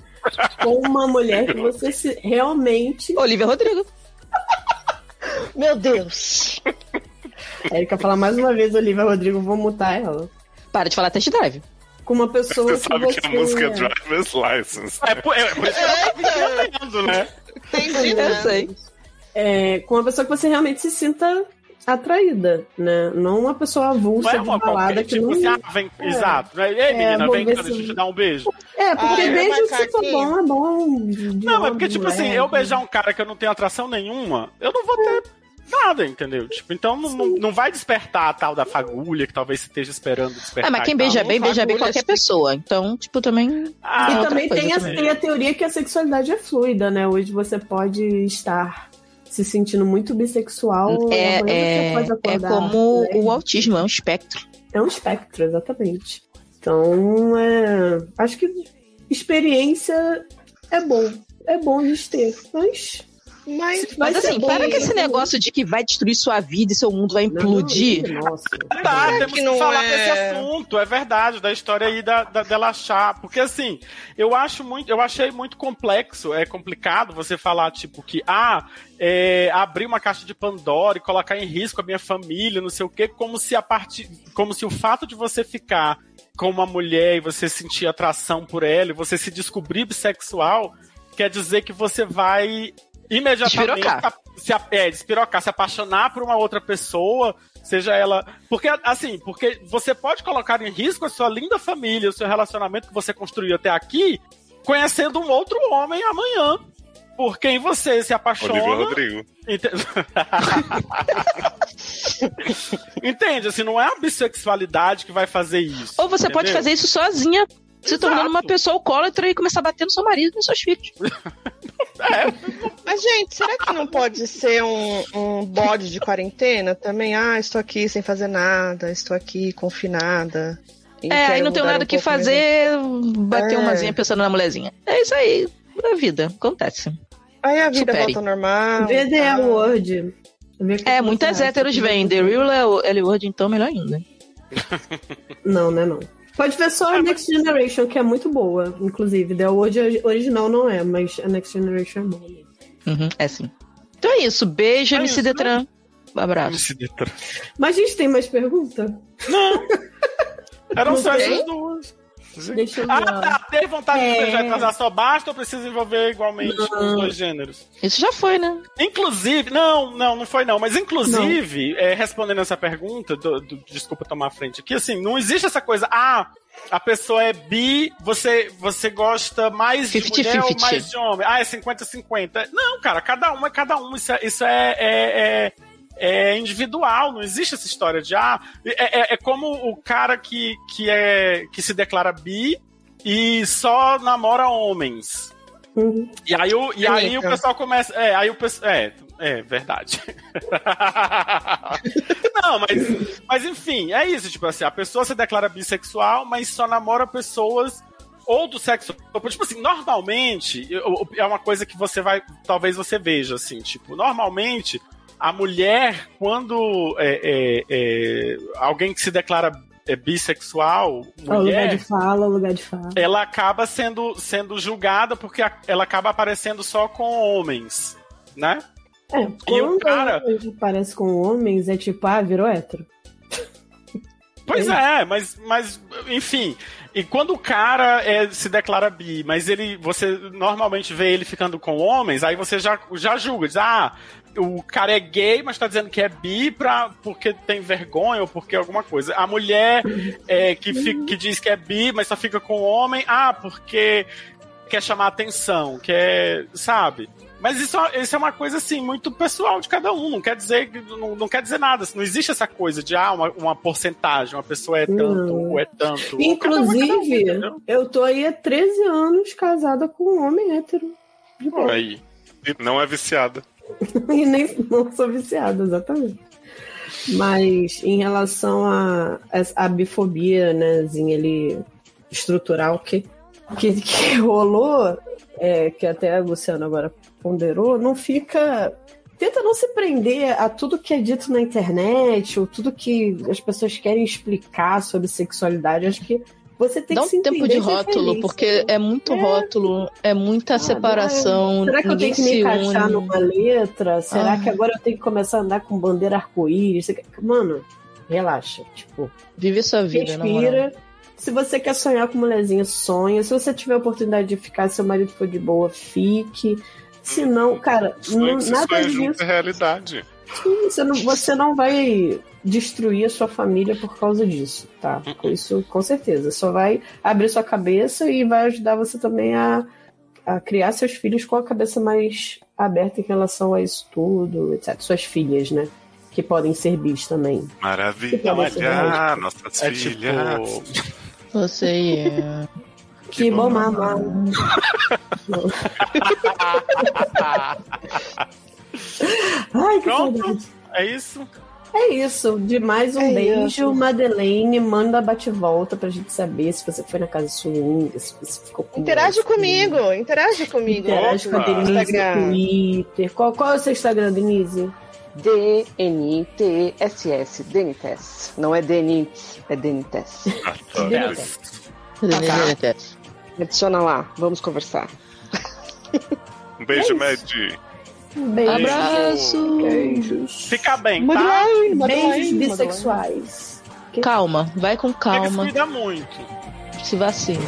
Speaker 2: com uma mulher que você se- realmente.
Speaker 4: Olivia Rodrigo.
Speaker 3: Meu Deus.
Speaker 2: Érica, falar mais uma vez, Olivia Rodrigo, vou mutar ela.
Speaker 4: Para de falar test drive.
Speaker 2: Com uma
Speaker 1: Você
Speaker 2: pessoa que
Speaker 1: sabe
Speaker 2: você.
Speaker 1: que a música é Driver's License.
Speaker 5: É por, é por isso que ela tá me né?
Speaker 8: Entendi.
Speaker 4: Eu sei.
Speaker 2: é, com uma pessoa que você realmente se sinta atraída, né? Não uma pessoa
Speaker 5: Não
Speaker 2: avulsa
Speaker 5: é
Speaker 2: de
Speaker 5: uma
Speaker 2: balada
Speaker 5: qualquer.
Speaker 2: que não.
Speaker 5: Tipo,
Speaker 2: é.
Speaker 5: assim, ah, vem, exato. né? Ei, menina,
Speaker 2: vou
Speaker 5: vem
Speaker 2: ver
Speaker 5: cá,
Speaker 2: se-
Speaker 5: deixa eu te dar um beijo.
Speaker 2: É, porque
Speaker 8: Ah, eu
Speaker 2: beijo,
Speaker 8: vou
Speaker 2: se for
Speaker 8: aqui.
Speaker 2: bom, é bom.
Speaker 5: Não, é porque, tipo assim, eu beijar um cara que eu não tenho atração nenhuma, eu não vou ter nada, entendeu? Tipo, então não, não, não vai despertar a tal da fagulha que talvez você esteja esperando despertar.
Speaker 4: Ah, mas quem
Speaker 5: e tal.
Speaker 4: beija bem, beija bem
Speaker 8: fagulha,
Speaker 4: qualquer
Speaker 8: assim.
Speaker 4: pessoa. Então, tipo, também.
Speaker 5: Ah,
Speaker 2: e
Speaker 4: outra
Speaker 2: também
Speaker 4: coisa
Speaker 2: tem a,
Speaker 4: também.
Speaker 2: tem a teoria que a sexualidade é fluida, né? Hoje você pode estar se sentindo muito bissexual.
Speaker 4: É,
Speaker 2: amanhã você
Speaker 4: é,
Speaker 2: pode
Speaker 4: é
Speaker 2: acordar,
Speaker 4: como
Speaker 2: né?
Speaker 4: o autismo, é um espectro.
Speaker 2: É um espectro, exatamente. Então, é, acho que experiência é bom. É bom a gente ter, mas...
Speaker 8: Mas,
Speaker 2: vai
Speaker 4: Mas assim,
Speaker 2: ser bom
Speaker 4: para
Speaker 2: aí.
Speaker 4: com esse negócio de que vai destruir sua vida e seu mundo vai
Speaker 2: né, Não,
Speaker 4: implodir.
Speaker 2: ih, Nossa.
Speaker 5: Tá,
Speaker 8: É
Speaker 5: temos
Speaker 8: que
Speaker 5: que,
Speaker 8: não
Speaker 5: falar
Speaker 8: é-
Speaker 5: desse assunto, é verdade, da história aí da, da- dela achar. Porque assim, eu acho muito, eu achei muito complexo, é complicado você falar, tipo, que ah, é, abrir uma caixa de Pandora e colocar em risco a minha família, não sei o quê, como se a partir. Como se o fato de você ficar com uma mulher e você sentir atração por ela, e você se descobrir bissexual, quer dizer que você vai imediatamente
Speaker 4: Despirocar.
Speaker 5: se, a- é, despirocar, se apaixonar por uma outra pessoa, seja ela. Porque, assim, porque você pode colocar em risco a sua linda família, o seu relacionamento que você construiu até aqui, conhecendo um outro homem amanhã. Por quem você se
Speaker 1: Olivia
Speaker 5: apaixona.
Speaker 1: Rodrigo.
Speaker 5: Ente- Entende? Assim, não é a bissexualidade que vai fazer isso.
Speaker 4: Ou você pode
Speaker 5: entendeu?
Speaker 4: fazer isso sozinha, se
Speaker 5: Exato.
Speaker 4: tornando uma pessoa alcoólatra e começar a bater no seu marido e nos seus filhos.
Speaker 8: Mas, gente, será que não pode ser um, um bode de quarentena também? Ah, estou aqui sem fazer nada, estou aqui confinada. e
Speaker 4: é,
Speaker 8: quero
Speaker 4: aí não tenho
Speaker 8: mudar
Speaker 4: nada
Speaker 8: um
Speaker 4: que
Speaker 8: pouco minha vida.
Speaker 4: fazer, bater
Speaker 8: É.
Speaker 4: umazinha pensando na mulherzinha. É isso aí. A vida acontece.
Speaker 8: Aí a vida
Speaker 4: Supere.
Speaker 8: volta ao normal.
Speaker 2: VDA
Speaker 8: tá?
Speaker 2: Word. Vê o que
Speaker 4: É,
Speaker 2: você
Speaker 4: muitas
Speaker 2: acha.
Speaker 4: héteros vêm. The Real é L Word, então melhor ainda.
Speaker 2: Não, né, não. Pode ver
Speaker 5: Ah,
Speaker 2: só a Next Generation, que é muito boa, inclusive. The Word ori- original não é, mas a Next Generation é boa.
Speaker 4: Uhum, é sim. Então é isso. Beijo,
Speaker 5: É
Speaker 4: MC
Speaker 5: isso,
Speaker 4: Detran. Abraço.
Speaker 2: Mas a gente tem mais pergunta?
Speaker 5: Eram só
Speaker 2: Não
Speaker 5: essas
Speaker 2: tem?
Speaker 5: duas.
Speaker 2: Deixa eu ver.
Speaker 5: Ah, tá. Ter vontade de
Speaker 2: É.
Speaker 5: beijar e transar só basta ou precisa envolver igualmente os dois gêneros?
Speaker 4: Isso já foi, né?
Speaker 5: Inclusive, não, não, não foi não, mas inclusive, é, respondendo essa pergunta, do- do- desculpa tomar a frente aqui, assim, não existe essa coisa, ah, a pessoa é bi, você, você gosta mais de
Speaker 4: 50-50.
Speaker 5: mulher ou mais de homem? Ah, é 50-50. Não, cara, cada um é cada um, isso é, isso é, é- é- é individual, não existe essa história de, ah, é, é- é como o cara que, que, é, que se declara bi e só namora homens.
Speaker 2: Uhum.
Speaker 5: E aí o, e aí o
Speaker 8: Bonito.
Speaker 5: pessoal começa. É, aí o pessoal. É, é verdade. Não, mas, mas enfim, é isso. Tipo assim, a pessoa se declara bissexual, mas só namora pessoas ou do sexo. oposto. Tipo assim, normalmente, eu- eu- é uma coisa que você vai. Talvez você veja, assim, tipo, normalmente. A mulher, quando é, é, é, alguém que se declara é, bissexual,
Speaker 2: Ó, Ah, o lugar
Speaker 5: mulher,
Speaker 2: de fala, o lugar de fala.
Speaker 5: ela acaba sendo, sendo julgada porque a- ela acaba aparecendo só com homens, né?
Speaker 2: É,
Speaker 5: E o
Speaker 2: quando
Speaker 5: cara-
Speaker 2: ele parece com homens, é tipo, ah, virou hétero.
Speaker 5: Pois é, mas, mas enfim. E quando o cara é, se declara bi, mas ele você normalmente vê ele ficando com homens, aí você já, já julga, diz, ah, o cara é gay, mas tá dizendo que é bi pra, porque tem vergonha ou porque é alguma coisa. A mulher é, que, fi- que diz que é bi, mas só fica com homem, ah, porque quer chamar atenção, quer, sabe? Mas isso, é- isso é uma coisa assim muito pessoal de cada um. Não quer dizer que- não, não quer dizer nada. assim, Não existe essa coisa de ah, uma, uma porcentagem, uma pessoa é tanto,
Speaker 2: Não.
Speaker 5: ou é
Speaker 2: um
Speaker 5: tanto.
Speaker 2: Inclusive,
Speaker 5: Cada um é cada um, entendeu?
Speaker 2: eu tô aí há 13 anos casada com um homem hétero. De boa.
Speaker 5: Aí.
Speaker 1: E não é viciada.
Speaker 2: E nem não sou viciada, exatamente. Mas em relação à a, bifobia, né, assim, ele estrutural que, que, que rolou, é, que até a Luciana agora ponderou, não fica. Tenta não se prender a tudo que é dito na internet, ou tudo que as pessoas querem explicar sobre sexualidade. Acho que você tem
Speaker 4: Dá
Speaker 2: que se
Speaker 4: um tempo
Speaker 2: entender
Speaker 4: de
Speaker 2: e ser
Speaker 4: rótulo,
Speaker 2: feliz. né?
Speaker 4: porque é muito
Speaker 2: É.
Speaker 4: rótulo, é muita
Speaker 2: Ah,
Speaker 4: separação.
Speaker 2: Será que eu
Speaker 4: ninguém
Speaker 2: tenho que me
Speaker 4: se
Speaker 2: encaixar
Speaker 4: une.
Speaker 2: numa letra? Será
Speaker 4: Ah.
Speaker 2: que agora eu tenho que começar a andar com bandeira arco-íris? Você quer- Mano, relaxa. Tipo,
Speaker 4: Vive sua vida, na moral.
Speaker 2: respira. Se você quer sonhar com mulherzinha, sonha. Se você tiver a oportunidade de ficar, seu marido for de boa, fique. Se não, cara, não-
Speaker 1: Sonho, se
Speaker 2: nada
Speaker 1: sonho
Speaker 2: disso.
Speaker 1: junto é realidade.
Speaker 2: Você não, você não vai destruir a sua família por causa disso, tá? Isso com certeza. Só vai abrir sua cabeça e vai ajudar você também a, a criar seus filhos com a cabeça mais aberta em relação a isso tudo, etc. Suas filhas, né? Que podem ser bis também.
Speaker 1: Maravilha,
Speaker 2: Nossa,
Speaker 1: olha, nossas
Speaker 5: É
Speaker 1: filhas.
Speaker 5: tipo.
Speaker 4: Você
Speaker 2: Que, bom mamar. Ai, que
Speaker 5: Pronto.
Speaker 2: saudade.
Speaker 5: É isso?
Speaker 2: É isso. De mais um
Speaker 8: É
Speaker 2: beijo,
Speaker 8: isso.
Speaker 2: Madeleine. Manda a bate-volta pra gente saber se você foi na casa swing, se você ficou com
Speaker 8: Interage
Speaker 2: outro.
Speaker 8: comigo, interage comigo.
Speaker 2: Interage com a
Speaker 1: Opa.
Speaker 2: Denise no
Speaker 8: Instagram.
Speaker 2: Twitter. Qual, qual é o seu Instagram, Denise?
Speaker 3: D-N-T-S-S, DNTS. Não é DNITS, é DNTS. Adiciona lá, vamos conversar.
Speaker 1: Um beijo,
Speaker 2: É isso.
Speaker 1: Med.
Speaker 2: Um beijo.
Speaker 4: Abraço.
Speaker 2: Beijos.
Speaker 5: Fica bem, tá?
Speaker 3: Madeline,
Speaker 2: Beijos
Speaker 3: Madeline,
Speaker 2: bissexuais.
Speaker 4: Calma, vai com
Speaker 5: Ele se
Speaker 4: calma,
Speaker 5: cuida muito.
Speaker 4: se vacina.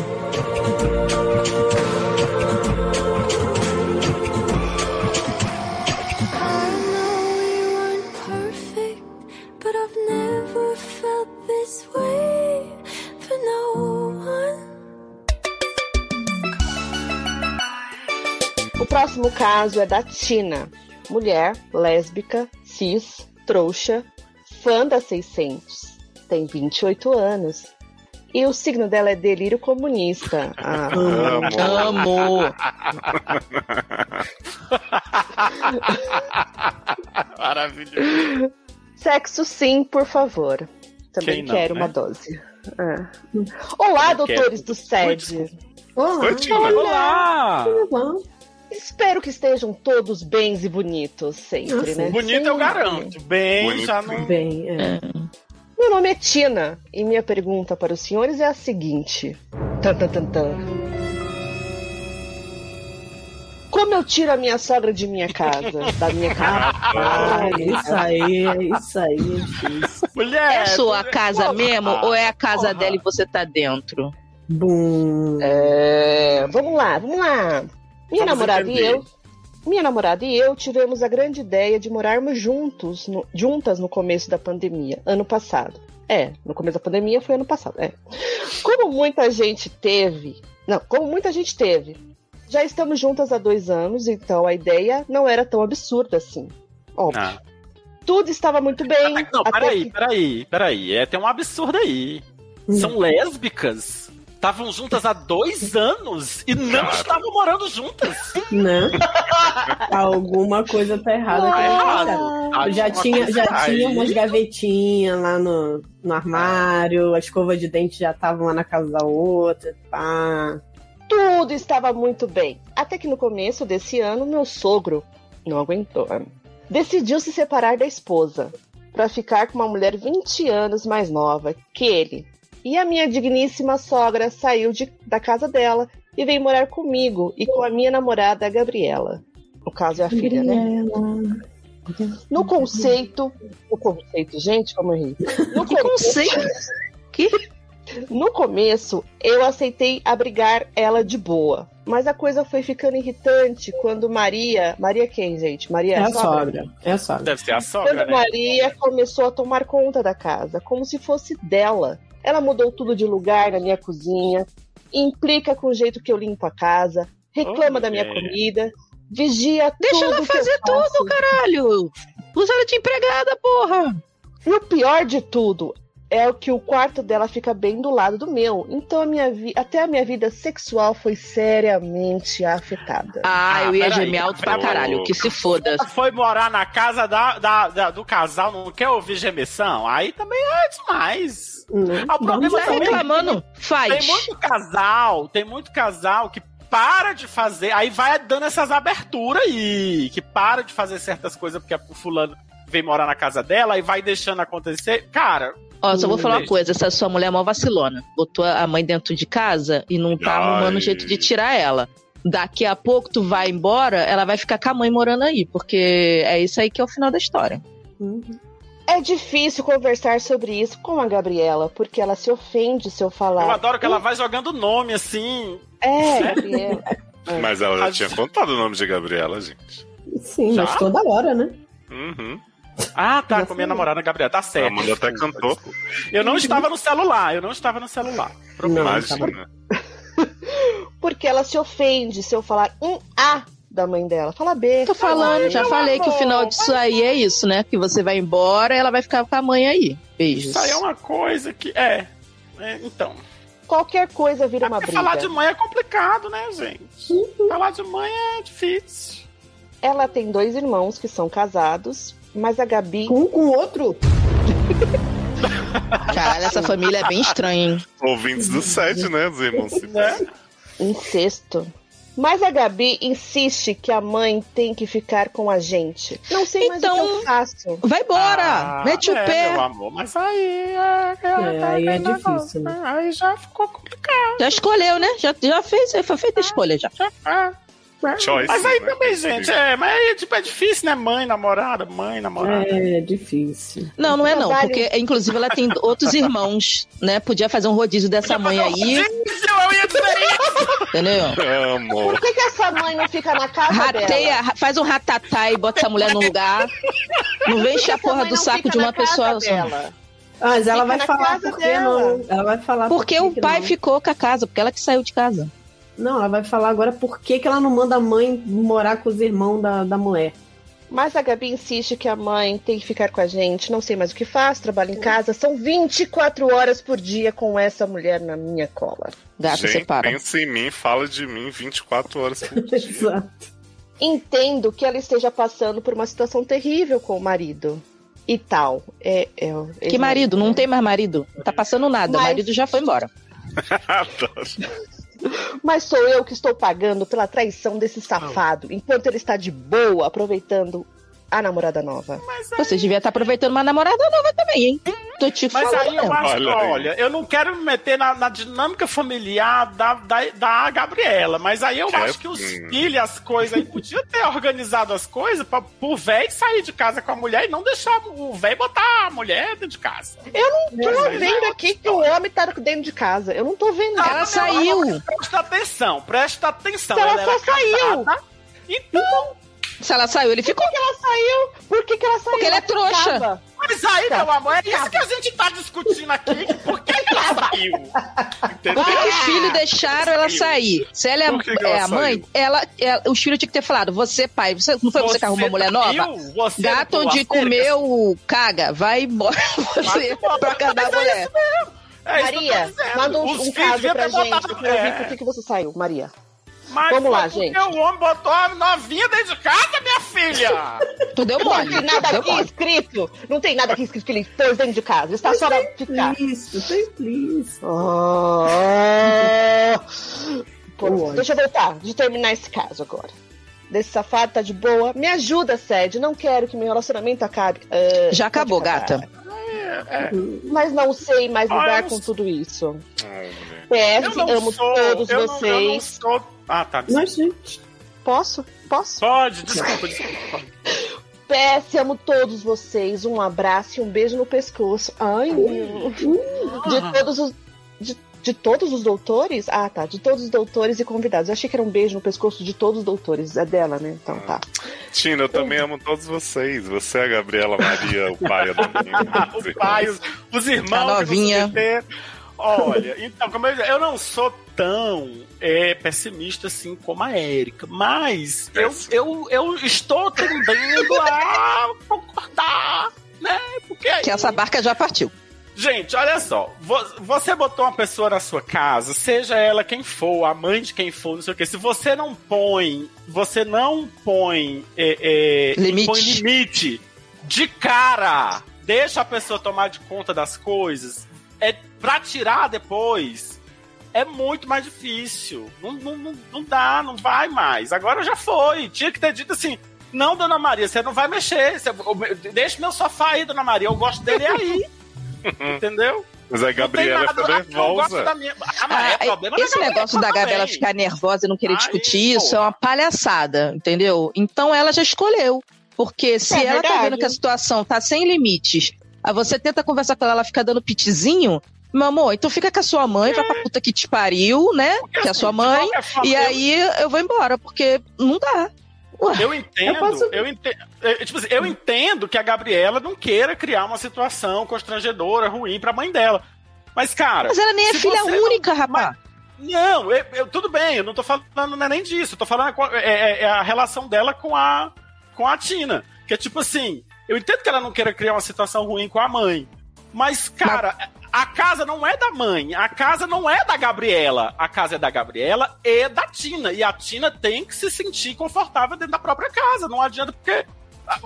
Speaker 7: I know we weren't perfect, but I've never felt this way for no one.
Speaker 3: O próximo caso é da Tina. Mulher, lésbica, cis, trouxa, fã da 600. Tem 28 anos. E o signo dela é delírio comunista. Ah,
Speaker 1: Amo.
Speaker 4: Amo.
Speaker 5: Maravilhoso.
Speaker 3: sexo sim, por favor. Também
Speaker 5: Quem não,
Speaker 3: quero
Speaker 5: né?
Speaker 3: uma dose. Ah. Olá,
Speaker 5: Não quero.
Speaker 3: doutores do SED.
Speaker 2: Olá.
Speaker 1: Oi, Tina.
Speaker 5: Olá!
Speaker 2: Olá.
Speaker 3: Espero que estejam todos bens e bonitos sempre,
Speaker 2: Eu
Speaker 3: né?
Speaker 2: sei.
Speaker 5: Bonito eu
Speaker 3: Sempre.
Speaker 5: garanto. Bem,
Speaker 1: Bonito.
Speaker 5: já não.
Speaker 2: Bem, é.
Speaker 3: Meu nome é Tina e minha pergunta para os senhores é a seguinte: tan, tan, tan, tan. Como eu tiro a minha sogra de minha casa? Da minha casa?
Speaker 2: Ah, isso aí, isso aí é difícil.
Speaker 5: Mulher!
Speaker 4: É sua
Speaker 5: mulher-
Speaker 4: casa
Speaker 5: Porra.
Speaker 4: mesmo ou é a casa
Speaker 5: Porra.
Speaker 4: dela e você tá dentro?
Speaker 2: Bum.
Speaker 3: É, vamos lá, vamos lá. Minha
Speaker 5: Vamos
Speaker 3: namorada e
Speaker 5: entender.
Speaker 3: eu. Minha namorada e eu tivemos a grande ideia de morarmos juntos, no- juntas no começo da pandemia, ano passado. É, no começo da pandemia foi ano passado, é. Como muita gente teve. Não, como muita gente teve. Já estamos juntas há dois anos, então a ideia não era tão absurda assim. Óbvio.
Speaker 5: Ah.
Speaker 3: Tudo estava muito bem.
Speaker 5: Não,
Speaker 3: até
Speaker 5: peraí,
Speaker 3: que-
Speaker 5: peraí, peraí. É, tem um absurdo aí.
Speaker 2: Hum.
Speaker 5: São lésbicas? Estavam juntas há dois anos e não
Speaker 1: Claro.
Speaker 5: estavam morando juntas.
Speaker 2: Né? Alguma coisa tá errada
Speaker 5: Tá
Speaker 2: aqui.
Speaker 5: errado.
Speaker 2: Eu já tinha, já tinha
Speaker 4: um
Speaker 2: umas gavetinhas lá no, no armário, a escova de dente já tava uma na casa da outra, pá.
Speaker 3: Tudo estava muito bem. Até que no começo desse ano, meu sogro não aguentou. né? Decidiu se separar da esposa para ficar com uma mulher 20 anos mais nova que ele. E a minha digníssima sogra saiu de- da casa dela e veio morar comigo e com a minha namorada, a Gabriela. No caso é a filha, né? No conceito. No conceito, gente, como eu ri. No
Speaker 4: Que conceito?
Speaker 3: no começo, eu aceitei abrigar ela de boa. Mas a coisa foi ficando irritante quando Maria. Maria quem, gente? Maria
Speaker 2: É a
Speaker 3: sogra?
Speaker 2: sogra, é a sogra.
Speaker 5: Deve ser a sogra,
Speaker 3: Quando
Speaker 5: né?
Speaker 3: Maria começou a tomar conta da casa, como se fosse dela. Ela mudou tudo de lugar na minha cozinha, implica com o jeito que eu limpo a casa, reclama
Speaker 5: Oh,
Speaker 3: da minha
Speaker 5: é.
Speaker 3: comida, vigia
Speaker 4: Deixa
Speaker 3: tudo.
Speaker 4: ela
Speaker 3: que eu
Speaker 4: fazer
Speaker 3: faço.
Speaker 4: tudo, caralho. Usa ela de empregada, porra.
Speaker 3: E o pior de tudo é o que o quarto dela fica bem do lado do meu. Então a minha vi- até a minha vida sexual foi seriamente afetada.
Speaker 4: Ah,
Speaker 5: Ah,
Speaker 4: eu ia
Speaker 5: peraí.
Speaker 4: gemer alto pra
Speaker 1: Ô,
Speaker 4: caralho, que se foda.
Speaker 5: Ela Foi morar na casa da, da- da- do casal, não quer ouvir gemessão? Aí também é demais.
Speaker 2: Né?
Speaker 5: Ah, o problema
Speaker 4: Tá
Speaker 5: também é que
Speaker 4: reclamando?
Speaker 5: Tem
Speaker 4: Faz.
Speaker 5: muito casal, tem muito casal que para de fazer, aí vai dando essas aberturas aí, que para de fazer certas coisas porque o fulano vem morar na casa dela e vai deixando acontecer. Cara,
Speaker 4: Ó, só vou falar uma
Speaker 5: Beijo.
Speaker 4: coisa, essa sua mulher é mó vacilona. Botou a mãe dentro de casa e não tá
Speaker 1: Ai.
Speaker 4: arrumando jeito de tirar ela. Daqui a pouco tu vai embora, ela vai ficar com a mãe morando aí, porque é isso aí que é o final da história.
Speaker 2: Uhum.
Speaker 3: É difícil conversar sobre isso com a Gabriela, porque ela se ofende se eu falar.
Speaker 5: eu adoro que ela vai jogando nome assim.
Speaker 3: É, Gabriela.
Speaker 1: Mas ela já
Speaker 5: As-
Speaker 1: tinha contado o nome de Gabriela, gente.
Speaker 2: Sim,
Speaker 5: Já?
Speaker 2: mas toda hora, né?
Speaker 1: Uhum.
Speaker 5: Ah, tá,
Speaker 2: Já
Speaker 5: com minha
Speaker 2: foi.
Speaker 5: namorada Gabriela, tá certo.
Speaker 1: A mulher até
Speaker 5: desculpa,
Speaker 1: cantou.
Speaker 5: desculpa. Eu não estava no celular, eu não estava no celular.
Speaker 2: Não, tá
Speaker 1: Imagina.
Speaker 3: Porque ela se ofende se eu falar um A da mãe dela. Fala B.
Speaker 4: Tô falando, já falei que o final disso aí é isso, né? Que você vai embora, ela vai ficar com a mãe aí. um Beijos.
Speaker 5: Isso aí é uma coisa que. É. É, então.
Speaker 3: Qualquer coisa vira
Speaker 5: É
Speaker 3: uma
Speaker 5: porque
Speaker 3: briga.
Speaker 5: falar de mãe é complicado, né, gente?
Speaker 2: Uhum.
Speaker 5: Falar de mãe é difícil.
Speaker 3: Ela tem dois irmãos que são casados, mas a Gabi
Speaker 2: Com, com outro?
Speaker 3: Caralho, essa família é bem estranha, hein?
Speaker 1: Ouvintes do set, né, os irmãos?
Speaker 3: Incesto. Mas a Gabi insiste que a mãe tem que ficar com a gente. Não sei mais o que
Speaker 4: Então-
Speaker 3: eu faço.
Speaker 4: Vai embora!
Speaker 5: Ah,
Speaker 4: Mete o
Speaker 5: é,
Speaker 4: pé!
Speaker 5: Meu amor, mas aí. É,
Speaker 2: É, aí é difícil, né?
Speaker 5: Aí já ficou complicado.
Speaker 4: Já escolheu, né? Já, já fez, foi feita a escolha já.
Speaker 5: Ah,
Speaker 1: Choice,
Speaker 5: mas aí
Speaker 1: né?
Speaker 5: também, gente, é, mas aí, tipo, é difícil, né? Mãe, namorada, mãe, namorada.
Speaker 2: É difícil.
Speaker 4: Não, não é não,
Speaker 3: Trabalho.
Speaker 4: porque inclusive ela tem outros irmãos, né? Podia fazer um rodízio dessa mãe aí,
Speaker 5: Gente, eu ia dizer isso.
Speaker 4: entendeu?
Speaker 1: Amo.
Speaker 3: Por que, que essa mãe não fica na casa dela?
Speaker 4: Rateia, ra- faz um ratatá e bota essa mulher no lugar. Não vem
Speaker 3: Por que
Speaker 4: encher a
Speaker 3: essa
Speaker 4: porra
Speaker 3: mãe
Speaker 4: do
Speaker 3: não
Speaker 4: saco
Speaker 3: fica
Speaker 4: de
Speaker 3: na
Speaker 4: uma
Speaker 3: casa
Speaker 4: pessoa só.
Speaker 3: dela?
Speaker 2: Mas ela
Speaker 3: Fica
Speaker 2: vai
Speaker 3: na
Speaker 2: falar
Speaker 3: casa
Speaker 2: por que
Speaker 3: dela.
Speaker 2: não. Ela vai falar por
Speaker 4: Porque
Speaker 2: que
Speaker 4: o
Speaker 2: que
Speaker 4: pai
Speaker 2: não.
Speaker 4: ficou com a casa, porque ela que saiu de casa.
Speaker 2: Não, ela vai falar agora por que, que ela não manda a mãe morar com os irmãos da, da mulher.
Speaker 3: Mas a Gabi insiste que a mãe tem que ficar com a gente. Não sei mais o que faço, trabalho em casa. São 24 horas por dia com essa mulher na minha cola.
Speaker 4: Gata,
Speaker 1: Gente,
Speaker 4: separa.
Speaker 1: pensa em mim, fala de mim 24 horas por dia.
Speaker 2: Exato.
Speaker 3: Entendo que ela esteja passando por uma situação terrível com o marido. E tal. É, é o-
Speaker 4: Que marido? Não tem mais marido. Não tá passando nada.
Speaker 3: Mas-
Speaker 4: Marido já foi embora.
Speaker 1: Adoro.
Speaker 3: Mas sou eu que estou pagando pela traição desse safado, enquanto ele está de boa aproveitando a namorada nova.
Speaker 4: Vocês deviam estar aproveitando uma namorada nova também, hein? Tô te
Speaker 5: Mas aí
Speaker 3: é
Speaker 5: eu
Speaker 4: falando.
Speaker 5: acho que,
Speaker 1: Olha aí.
Speaker 5: olha, eu não quero me meter na, na dinâmica familiar da, da, da Gabriela, mas aí eu
Speaker 1: É,
Speaker 5: acho que os
Speaker 1: hum.
Speaker 5: filhos, as coisas, aí podia ter organizado as coisas pra, pro velho sair de casa com a mulher e não deixar o velho botar a mulher dentro de casa.
Speaker 3: Eu tô vendo aqui que o homem tá dentro de casa. Eu não tô vendo nada.
Speaker 4: Ela saiu.
Speaker 5: Presta atenção, presta atenção.
Speaker 3: Então Ela só
Speaker 5: era
Speaker 3: saiu.
Speaker 5: casada. Então,
Speaker 4: Se ela saiu, ele ficou.
Speaker 3: Ela saiu. Por que, que ela saiu?
Speaker 4: Porque ele é trouxa.
Speaker 3: ficava.
Speaker 5: mas aí,
Speaker 3: Tá.
Speaker 5: meu amor, é isso que a gente tá discutindo aqui. Por que que
Speaker 3: Tá
Speaker 5: ela saiu?
Speaker 4: Por
Speaker 5: Entendeu?
Speaker 4: que, que
Speaker 3: Ah,
Speaker 4: os filhos deixaram ela
Speaker 5: saiu.
Speaker 4: sair? Se ela é,
Speaker 1: Por que que
Speaker 4: é
Speaker 1: ela
Speaker 4: a mãe, ela, ela- os filhos tinham que ter falado: você, pai, você, não foi você, que arrumou a mulher nova?
Speaker 5: viu? Você não
Speaker 4: Gato
Speaker 5: pulou a
Speaker 4: onde
Speaker 5: cerca?
Speaker 4: comeu, caga, vai embora você
Speaker 5: embora.
Speaker 4: pra casar a
Speaker 5: Mas é
Speaker 4: mulher.
Speaker 5: É isso que eu tô
Speaker 3: Maria,
Speaker 5: dizendo.
Speaker 3: manda um,
Speaker 5: Os
Speaker 3: um
Speaker 5: filhos
Speaker 3: caso
Speaker 5: deviam
Speaker 3: pra
Speaker 5: ter
Speaker 3: gente.
Speaker 5: botado-
Speaker 3: Eu quero ver
Speaker 5: É.
Speaker 3: por que, que você saiu, Maria.
Speaker 5: Mas foi
Speaker 3: Vamos lá,
Speaker 5: porque
Speaker 3: gente.
Speaker 5: o um homem botou a novinha dentro de casa, minha filha!
Speaker 4: Tu deu
Speaker 3: Não
Speaker 4: é mole.
Speaker 3: tem nada
Speaker 4: tu deu
Speaker 3: aqui
Speaker 4: mole.
Speaker 3: escrito. Não tem nada aqui escrito que ele pôs dentro de casa. Está só
Speaker 4: é.
Speaker 3: pra ficar.
Speaker 2: Isso, tá implícito.
Speaker 3: Ah. Pô,
Speaker 2: Boa.
Speaker 3: deixa eu voltar, de terminar esse caso agora. Desse safado tá de boa. Me ajuda, Sede. Não quero que meu relacionamento acabe. Ah,
Speaker 4: Já acabou,
Speaker 3: pode acabar.
Speaker 4: gata.
Speaker 3: Mas não sei mais
Speaker 5: Ah,
Speaker 3: lidar
Speaker 5: eu não
Speaker 3: com
Speaker 5: sei.
Speaker 3: tudo isso.
Speaker 1: Hum,
Speaker 3: PS, É amo todos
Speaker 5: eu não- eu não
Speaker 3: vocês.
Speaker 5: sou. Ah, tá. desculpa.
Speaker 2: Mas, gente,
Speaker 3: Posso? Posso?
Speaker 5: Pode, desculpa, desculpa.
Speaker 3: PS, amo todos vocês. Um abraço e um beijo no pescoço. Ai, meu. De todos os. De, de todos os doutores? Ah, tá. De todos os doutores e convidados. Eu achei que era um beijo no pescoço de todos os doutores. É dela, né? Então tá.
Speaker 1: Tina, eu também amo todos vocês. Você, é a Gabriela, Maria, o pai, a
Speaker 5: Ah,
Speaker 1: Domingo.
Speaker 5: os pais, os, os irmãos.
Speaker 4: A
Speaker 5: que você
Speaker 4: Tá novinha.
Speaker 5: tem. Olha, então, como eu, disse, eu não sou tão é, pessimista assim como a Érica, mas eu, eu, eu estou tendendo a concordar, né? Porque
Speaker 4: Que essa barca já partiu.
Speaker 5: Gente, olha só. Vo- Você botou uma pessoa na sua casa, seja ela quem for, a mãe de quem for, não sei o quê. Se você não põe, você não põe, é, é,
Speaker 4: Limite.
Speaker 5: põe limite de cara, deixa a pessoa tomar de conta das coisas, é pra tirar depois. É muito mais difícil. Não, não, não, não dá, não vai mais. Agora já foi. Tinha que ter dito assim: não, dona Maria, você não vai mexer. Você, deixa meu sofá aí, dona Maria. Eu gosto dele aí. Entendeu?
Speaker 1: Mas a Gabriela é
Speaker 5: Não
Speaker 1: ficou
Speaker 5: tem nada aqui, eu gosto
Speaker 1: nervosa.
Speaker 5: da minha- Ah, mas é
Speaker 4: Ah,
Speaker 5: problema da
Speaker 4: esse
Speaker 5: Gabriela
Speaker 4: negócio da
Speaker 5: também.
Speaker 4: Gabriela ficar nervosa e não querer
Speaker 5: Aí,
Speaker 4: discutir isso é
Speaker 5: pô.
Speaker 4: uma palhaçada, entendeu? Então ela já escolheu. Porque se
Speaker 3: É
Speaker 4: ela tá
Speaker 3: verdade.
Speaker 4: vendo que a situação tá sem limites, aí você tenta conversar com ela, ela fica dando pitizinho, meu amor, então fica com a sua mãe, vai pra puta que te pariu, né?
Speaker 5: Porque,
Speaker 4: que é a sua
Speaker 5: assim, de
Speaker 4: mãe.
Speaker 5: qualquer forma,
Speaker 4: E
Speaker 5: É. eu-
Speaker 4: aí eu vou embora, porque não dá.
Speaker 5: Eu entendo, eu,
Speaker 2: Eu posso-
Speaker 5: entendo. tipo assim, eu entendo que a Gabriela não queira criar uma situação constrangedora, ruim pra mãe dela. Mas, cara,
Speaker 4: Mas ela nem é
Speaker 5: Se
Speaker 4: filha
Speaker 5: você não-
Speaker 4: única, rapaz.
Speaker 5: não, eu, eu- tudo bem, eu não tô falando não é nem disso, eu tô falando com a- é, é a relação dela com a, com a Tina. Que é tipo assim, eu entendo que ela não queira criar uma situação ruim com a mãe. Mas, cara, a casa não é da mãe, a casa não é da Gabriela. A casa é da Gabriela e da Tina. E a Tina tem que se sentir confortável dentro da própria casa. Não adianta, porque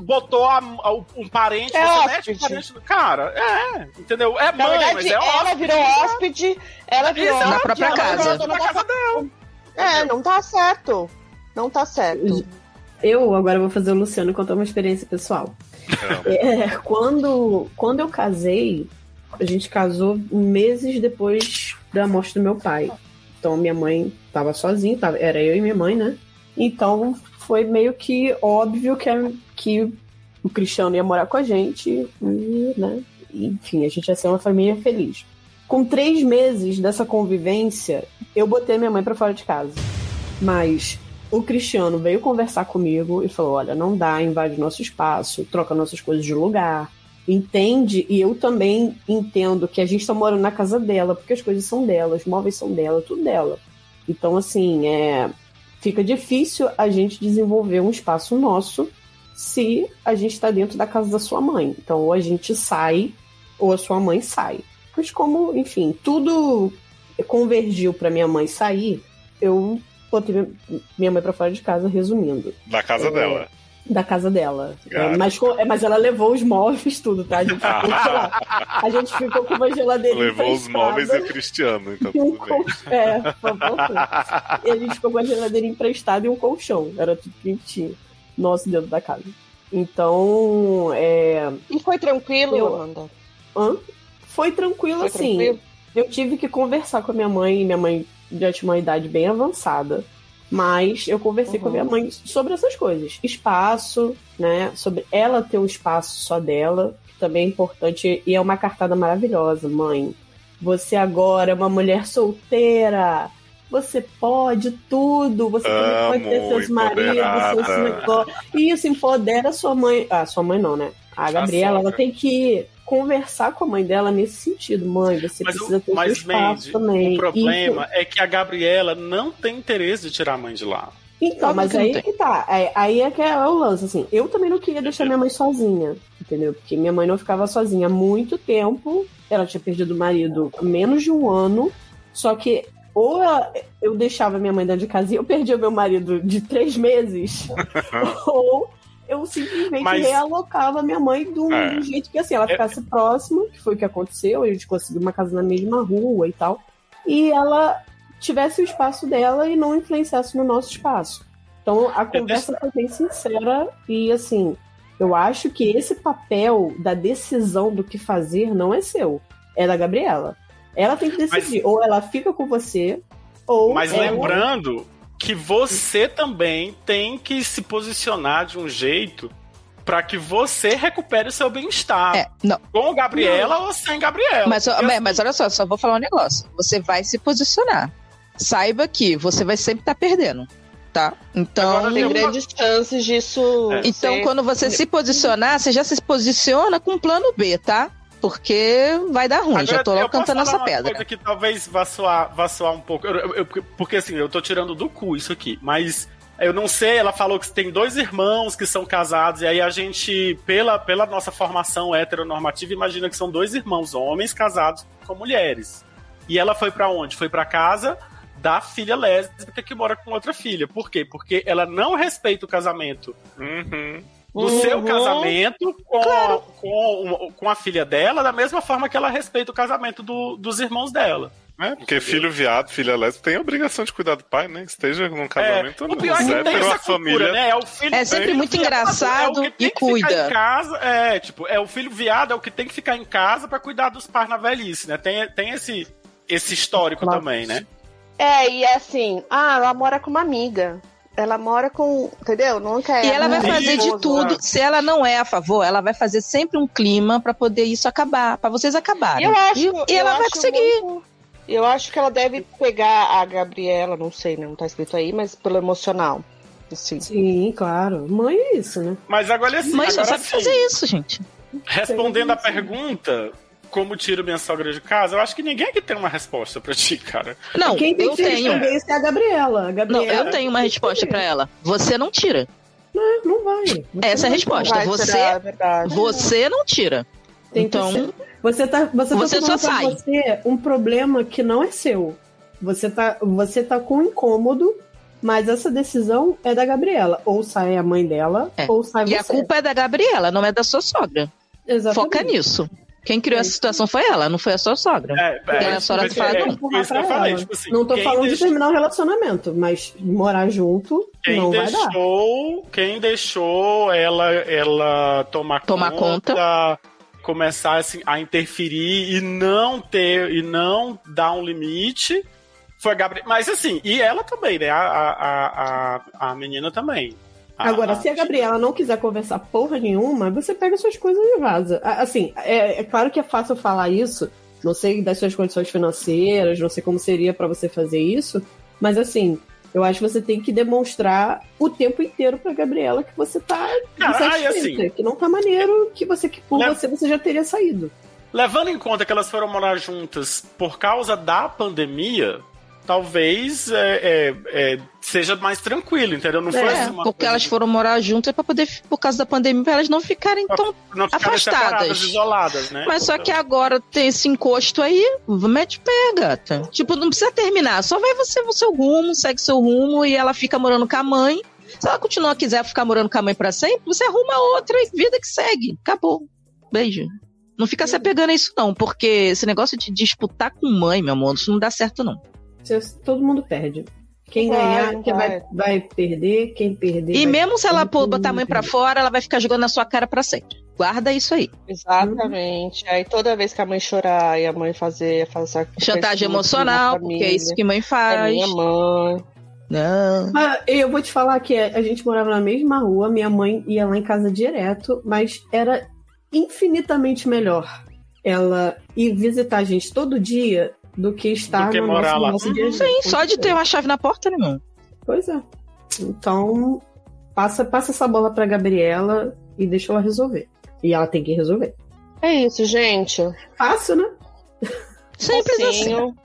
Speaker 5: botou a- a- um parente,
Speaker 8: É
Speaker 5: você mete o
Speaker 8: hóspede.
Speaker 5: parente do cara. É, entendeu?
Speaker 8: Na
Speaker 5: É mãe, mas
Speaker 8: verdade,
Speaker 5: é
Speaker 8: ela
Speaker 5: óbvio.
Speaker 8: virou hóspede, ela virou
Speaker 5: Exato,
Speaker 4: na própria
Speaker 8: ela
Speaker 4: casa.
Speaker 8: virou dona
Speaker 5: Na
Speaker 8: da
Speaker 5: casa dela.
Speaker 8: É, não tá certo. Não tá certo.
Speaker 2: Eu agora vou fazer o Luciano contar uma experiência pessoal. É, quando, quando eu casei, a gente casou meses depois da morte do meu pai. Então minha mãe tava sozinha, tava- era eu e minha mãe, né? Então foi meio que óbvio que, a- que o Cristiano ia morar com a gente, e, né? Enfim, a gente ia ser uma família feliz. Com três meses dessa convivência, eu botei minha mãe pra fora de casa. Mas o Cristiano veio conversar comigo e falou: olha, não dá, invade nosso espaço, troca nossas coisas de lugar. Entende? E eu também entendo que a gente tá morando na casa dela, porque as coisas são dela, os móveis são dela, tudo dela. Então, assim, é... fica difícil a gente desenvolver um espaço nosso se a gente tá dentro da casa da sua mãe. Então, ou a gente sai, ou a sua mãe sai. Mas como, enfim, tudo convergiu para minha mãe sair, eu botei minha- minha mãe pra fora de casa, resumindo,
Speaker 1: Da casa dela.
Speaker 2: da casa dela.
Speaker 1: Gato.
Speaker 2: É, mas, co- é, mas ela levou os móveis, tudo, tá? A gente ficou, sei lá, a gente ficou com uma geladeirinha.
Speaker 1: Levou os
Speaker 2: emprestada
Speaker 1: móveis e o Cristiano, então
Speaker 2: e um
Speaker 1: tudo bem.
Speaker 2: colchão. É, foi bom. E a gente ficou com a geladeira emprestada e um colchão. Era tudo que a gente tinha. Nosso dentro da casa. Então, é.
Speaker 8: E foi tranquilo,
Speaker 2: Eu-
Speaker 8: Amanda?
Speaker 2: hã? Foi tranquilo,
Speaker 8: Foi
Speaker 2: assim.
Speaker 8: tranquilo?
Speaker 2: Eu tive que conversar com a minha mãe, e minha mãe já tinha uma idade bem avançada. Mas eu conversei com a
Speaker 8: Uhum.
Speaker 2: minha mãe sobre essas coisas. Espaço, né? Sobre ela ter um espaço só dela, que também é importante. E é uma cartada maravilhosa, mãe. Você agora é uma mulher solteira. Você pode tudo. Você também pode ter
Speaker 1: Amo,
Speaker 2: seus maridos, seus
Speaker 1: empoderada.
Speaker 2: negócios. E isso empodera sua mãe. Ah, sua mãe não, né?
Speaker 5: Tá
Speaker 2: A Gabriela, ela
Speaker 1: sogra.
Speaker 2: tem que conversar com a mãe dela nesse sentido. Mãe, você
Speaker 5: Mas,
Speaker 2: precisa
Speaker 5: o,
Speaker 2: ter o seu
Speaker 5: mas
Speaker 2: espaço
Speaker 5: Mandy,
Speaker 2: também.
Speaker 5: o problema
Speaker 2: Isso.
Speaker 5: é que a Gabriela não tem interesse de tirar a mãe de lá.
Speaker 2: Então,
Speaker 4: Óbvio
Speaker 2: mas
Speaker 4: que não
Speaker 2: aí
Speaker 4: tem.
Speaker 2: que tá. É, aí é que é o lance, assim. Eu também não queria deixar minha mãe sozinha, entendeu? Porque minha mãe não ficava sozinha há muito tempo. Ela tinha perdido o marido há menos de um ano. Só que ou ela- eu deixava minha mãe dentro de casa e eu perdia o meu marido de três meses, ou eu simplesmente
Speaker 5: Mas-
Speaker 2: realocava minha mãe do,
Speaker 1: É.
Speaker 2: do jeito que assim, ela ficasse próxima, que foi o que aconteceu, a gente conseguiu uma casa na mesma rua e tal. E ela tivesse o espaço dela e não influenciasse no nosso espaço. Então
Speaker 5: É,
Speaker 2: a conversa foi bem sincera e assim, eu acho que esse papel da decisão do que fazer não é seu, é da Gabriela. Ela tem que decidir, ou ela fica com você, ou é.
Speaker 5: Mas
Speaker 2: ela-
Speaker 5: lembrando que você também tem que se posicionar de um jeito pra que você recupere o seu bem-estar.
Speaker 4: É, não.
Speaker 5: Com Gabriela ou sem Gabriela.
Speaker 4: Mas, ó,
Speaker 5: Porque,
Speaker 4: mas-
Speaker 5: assim,
Speaker 4: mas olha só, só vou falar um negócio. Você vai se posicionar. Saiba que você vai sempre estar perdendo, tá? Então,
Speaker 5: Agora
Speaker 8: Tem
Speaker 5: Eu- um
Speaker 8: grandes chances disso.
Speaker 5: É.
Speaker 4: então
Speaker 8: ser-
Speaker 4: quando você se posicionar, você já se posiciona com um plano B, tá? Porque vai dar ruim. já tô
Speaker 5: eu
Speaker 4: logo
Speaker 5: posso
Speaker 4: cantando essa
Speaker 5: falar uma
Speaker 4: pedra.
Speaker 5: Coisa que talvez vá soar, vá soar um pouco. Eu- eu- eu- porque assim, eu tô tirando do cu isso aqui. Mas eu não sei, ela falou que tem dois irmãos que são casados. E aí a gente, pela, pela nossa formação heteronormativa, imagina que são dois irmãos homens casados com mulheres. E ela foi pra onde? Foi pra casa da filha lésbica que mora com outra filha. Por quê? Porque ela não respeita o casamento
Speaker 1: Uhum.
Speaker 5: do
Speaker 8: Uhum.
Speaker 5: seu casamento com, com, com a filha dela, da mesma forma que ela respeita o casamento do- dos irmãos dela.
Speaker 1: É, porque filho viado, filha lésbica, tem a obrigação de cuidar do pai, né? Esteja num casamento ou
Speaker 5: o
Speaker 1: não.
Speaker 5: pior é
Speaker 1: Mas
Speaker 5: que tem
Speaker 1: hétero,
Speaker 5: essa
Speaker 1: a família.
Speaker 5: cultura, né? É, o filho
Speaker 4: É sempre
Speaker 5: filho
Speaker 4: muito
Speaker 5: viado,
Speaker 4: engraçado
Speaker 5: é o que tem
Speaker 4: e
Speaker 5: que ficar
Speaker 4: cuida.
Speaker 5: em casa, é, tipo, é o filho viado é o que tem que ficar em casa pra cuidar dos pais na velhice, né? Tem, tem esse, esse histórico
Speaker 2: Claro.
Speaker 5: também, né?
Speaker 8: É, e é assim, ah, ela mora com uma amiga. Ela mora com. Entendeu? Nunca é.
Speaker 4: E ela vai
Speaker 5: Sim,
Speaker 4: fazer de
Speaker 5: exato.
Speaker 4: tudo. Se ela não é a favor, ela vai fazer sempre um clima pra poder isso acabar, pra vocês
Speaker 8: E
Speaker 4: acabarem.
Speaker 8: eu acho.
Speaker 4: e, e ela
Speaker 8: eu
Speaker 4: vai
Speaker 8: acho
Speaker 4: conseguir.
Speaker 8: muito- eu acho que ela deve pegar a Gabriela, não sei, né? Não tá escrito aí, mas pelo emocional. Assim.
Speaker 2: Sim, claro. Mãe é isso, né?
Speaker 5: Mas agora assim,
Speaker 4: Mãe só
Speaker 5: agora
Speaker 4: sabe
Speaker 5: sim,
Speaker 4: fazer isso, gente.
Speaker 5: respondendo a pergunta, como tiro minha sogra de casa, eu acho que ninguém aqui tem uma resposta pra ti, cara.
Speaker 4: Não,
Speaker 2: Quem tem
Speaker 4: eu
Speaker 2: que
Speaker 4: tenho.
Speaker 2: responder isso é a Gabriela. A
Speaker 4: Não,
Speaker 2: Gabriela
Speaker 4: eu tenho uma resposta pra ela. Você não tira.
Speaker 2: Não, não vai. Você
Speaker 4: Essa é a
Speaker 2: não
Speaker 4: resposta.
Speaker 8: Vai
Speaker 4: Você,
Speaker 8: tirar, é verdade.
Speaker 4: você não tira.
Speaker 2: Tem que
Speaker 4: então,
Speaker 2: ser- você tá, você,
Speaker 4: você
Speaker 2: tá
Speaker 4: só
Speaker 2: tomando pra
Speaker 4: sai.
Speaker 2: você um problema que não é seu. Você tá, você tá com um incômodo Mas essa decisão é da Gabriela. Ou sai a mãe dela,
Speaker 4: É.
Speaker 2: ou sai
Speaker 4: E
Speaker 2: você.
Speaker 4: a culpa é da Gabriela, não é da sua sogra.
Speaker 2: Exatamente.
Speaker 4: Foca nisso. Quem criou
Speaker 2: É
Speaker 4: essa
Speaker 2: isso.
Speaker 4: situação foi ela, não foi a sua sogra.
Speaker 5: É,
Speaker 4: Porque a senhora
Speaker 5: isso
Speaker 4: fala,
Speaker 5: que-
Speaker 4: não,
Speaker 5: é, isso que eu
Speaker 2: pra
Speaker 5: falei,
Speaker 2: ela.
Speaker 5: tipo assim,
Speaker 2: Não tô
Speaker 5: quem
Speaker 2: falando de
Speaker 5: deixou-
Speaker 2: terminar o relacionamento, mas morar junto
Speaker 5: Quem
Speaker 2: não vai dar.
Speaker 5: deixou, quem deixou ela, ela tomar,
Speaker 4: Tomar
Speaker 5: começar assim, a interferir e não ter e não dar um limite foi a Gabriela. Mas assim, e ela também, né? A, a, a, a menina também. A-
Speaker 2: Agora, se a Gabriela não quiser conversar porra nenhuma, você pega suas coisas e vaza. A- Assim, é, é claro que é fácil falar isso, não sei das suas condições financeiras, não sei como seria pra você fazer isso, mas assim, eu acho que você tem que demonstrar o tempo inteiro pra Gabriela que você tá
Speaker 5: Cara, ai,
Speaker 2: insatisfeita,
Speaker 5: assim,
Speaker 2: que não tá maneiro, que você que por
Speaker 5: Né?
Speaker 2: você você já teria saído.
Speaker 5: Levando em conta que elas foram morar juntas por causa da pandemia, talvez é, é, é, seja mais tranquilo, entendeu? Não foi
Speaker 4: É,
Speaker 5: assim, uma
Speaker 4: porque
Speaker 5: coisa-
Speaker 4: elas foram morar juntas pra poder, por causa da pandemia, pra elas não ficarem tão
Speaker 5: não ficaram
Speaker 4: afastadas.
Speaker 5: separadas, isoladas, né?
Speaker 4: Mas só que agora tem esse encosto aí, mete o pé, gata. Tipo, não precisa terminar, só vai você no seu rumo, segue seu rumo e ela fica morando com a mãe. Se ela continuar quiser ficar morando com a mãe pra sempre, você arruma outra e vida que segue. Acabou. Beijo. Não fica
Speaker 5: Uhum.
Speaker 4: se apegando a isso, não, porque esse negócio de disputar com mãe, meu amor, isso não dá certo, não.
Speaker 2: Você- todo mundo perde. Quem
Speaker 8: Vai,
Speaker 2: ganhar,
Speaker 8: É, não
Speaker 2: quem vai,
Speaker 8: vai.
Speaker 2: vai perder, quem perder.
Speaker 4: E
Speaker 2: vai-
Speaker 4: mesmo se ela pôr,
Speaker 2: muito
Speaker 4: botar a mãe pra
Speaker 2: bem.
Speaker 4: fora, ela vai ficar jogando na sua cara pra sempre. Guarda isso aí.
Speaker 8: Exatamente. Aí toda vez que a mãe chorar e a mãe fazer, fazer
Speaker 4: Chantagem emocional, porque é isso que mãe
Speaker 8: é
Speaker 4: faz.
Speaker 8: minha mãe.
Speaker 4: Não.
Speaker 2: Ah, eu vou te falar que a gente morava na mesma rua, minha mãe ia lá em casa direto, mas era infinitamente melhor ela ir visitar a gente todo dia do que estar
Speaker 5: Do que
Speaker 2: no
Speaker 5: morar
Speaker 2: nosso,
Speaker 5: lá.
Speaker 2: nosso dia a dia.
Speaker 4: Uhum. Sim, só de ter uma chave na porta, né, mano?
Speaker 2: Pois é. Então, passa, passa essa bola pra Gabriela e deixa ela resolver. E ela tem que resolver.
Speaker 8: É isso, gente.
Speaker 2: Fácil, né?
Speaker 4: Simples É assim.
Speaker 8: Facinho.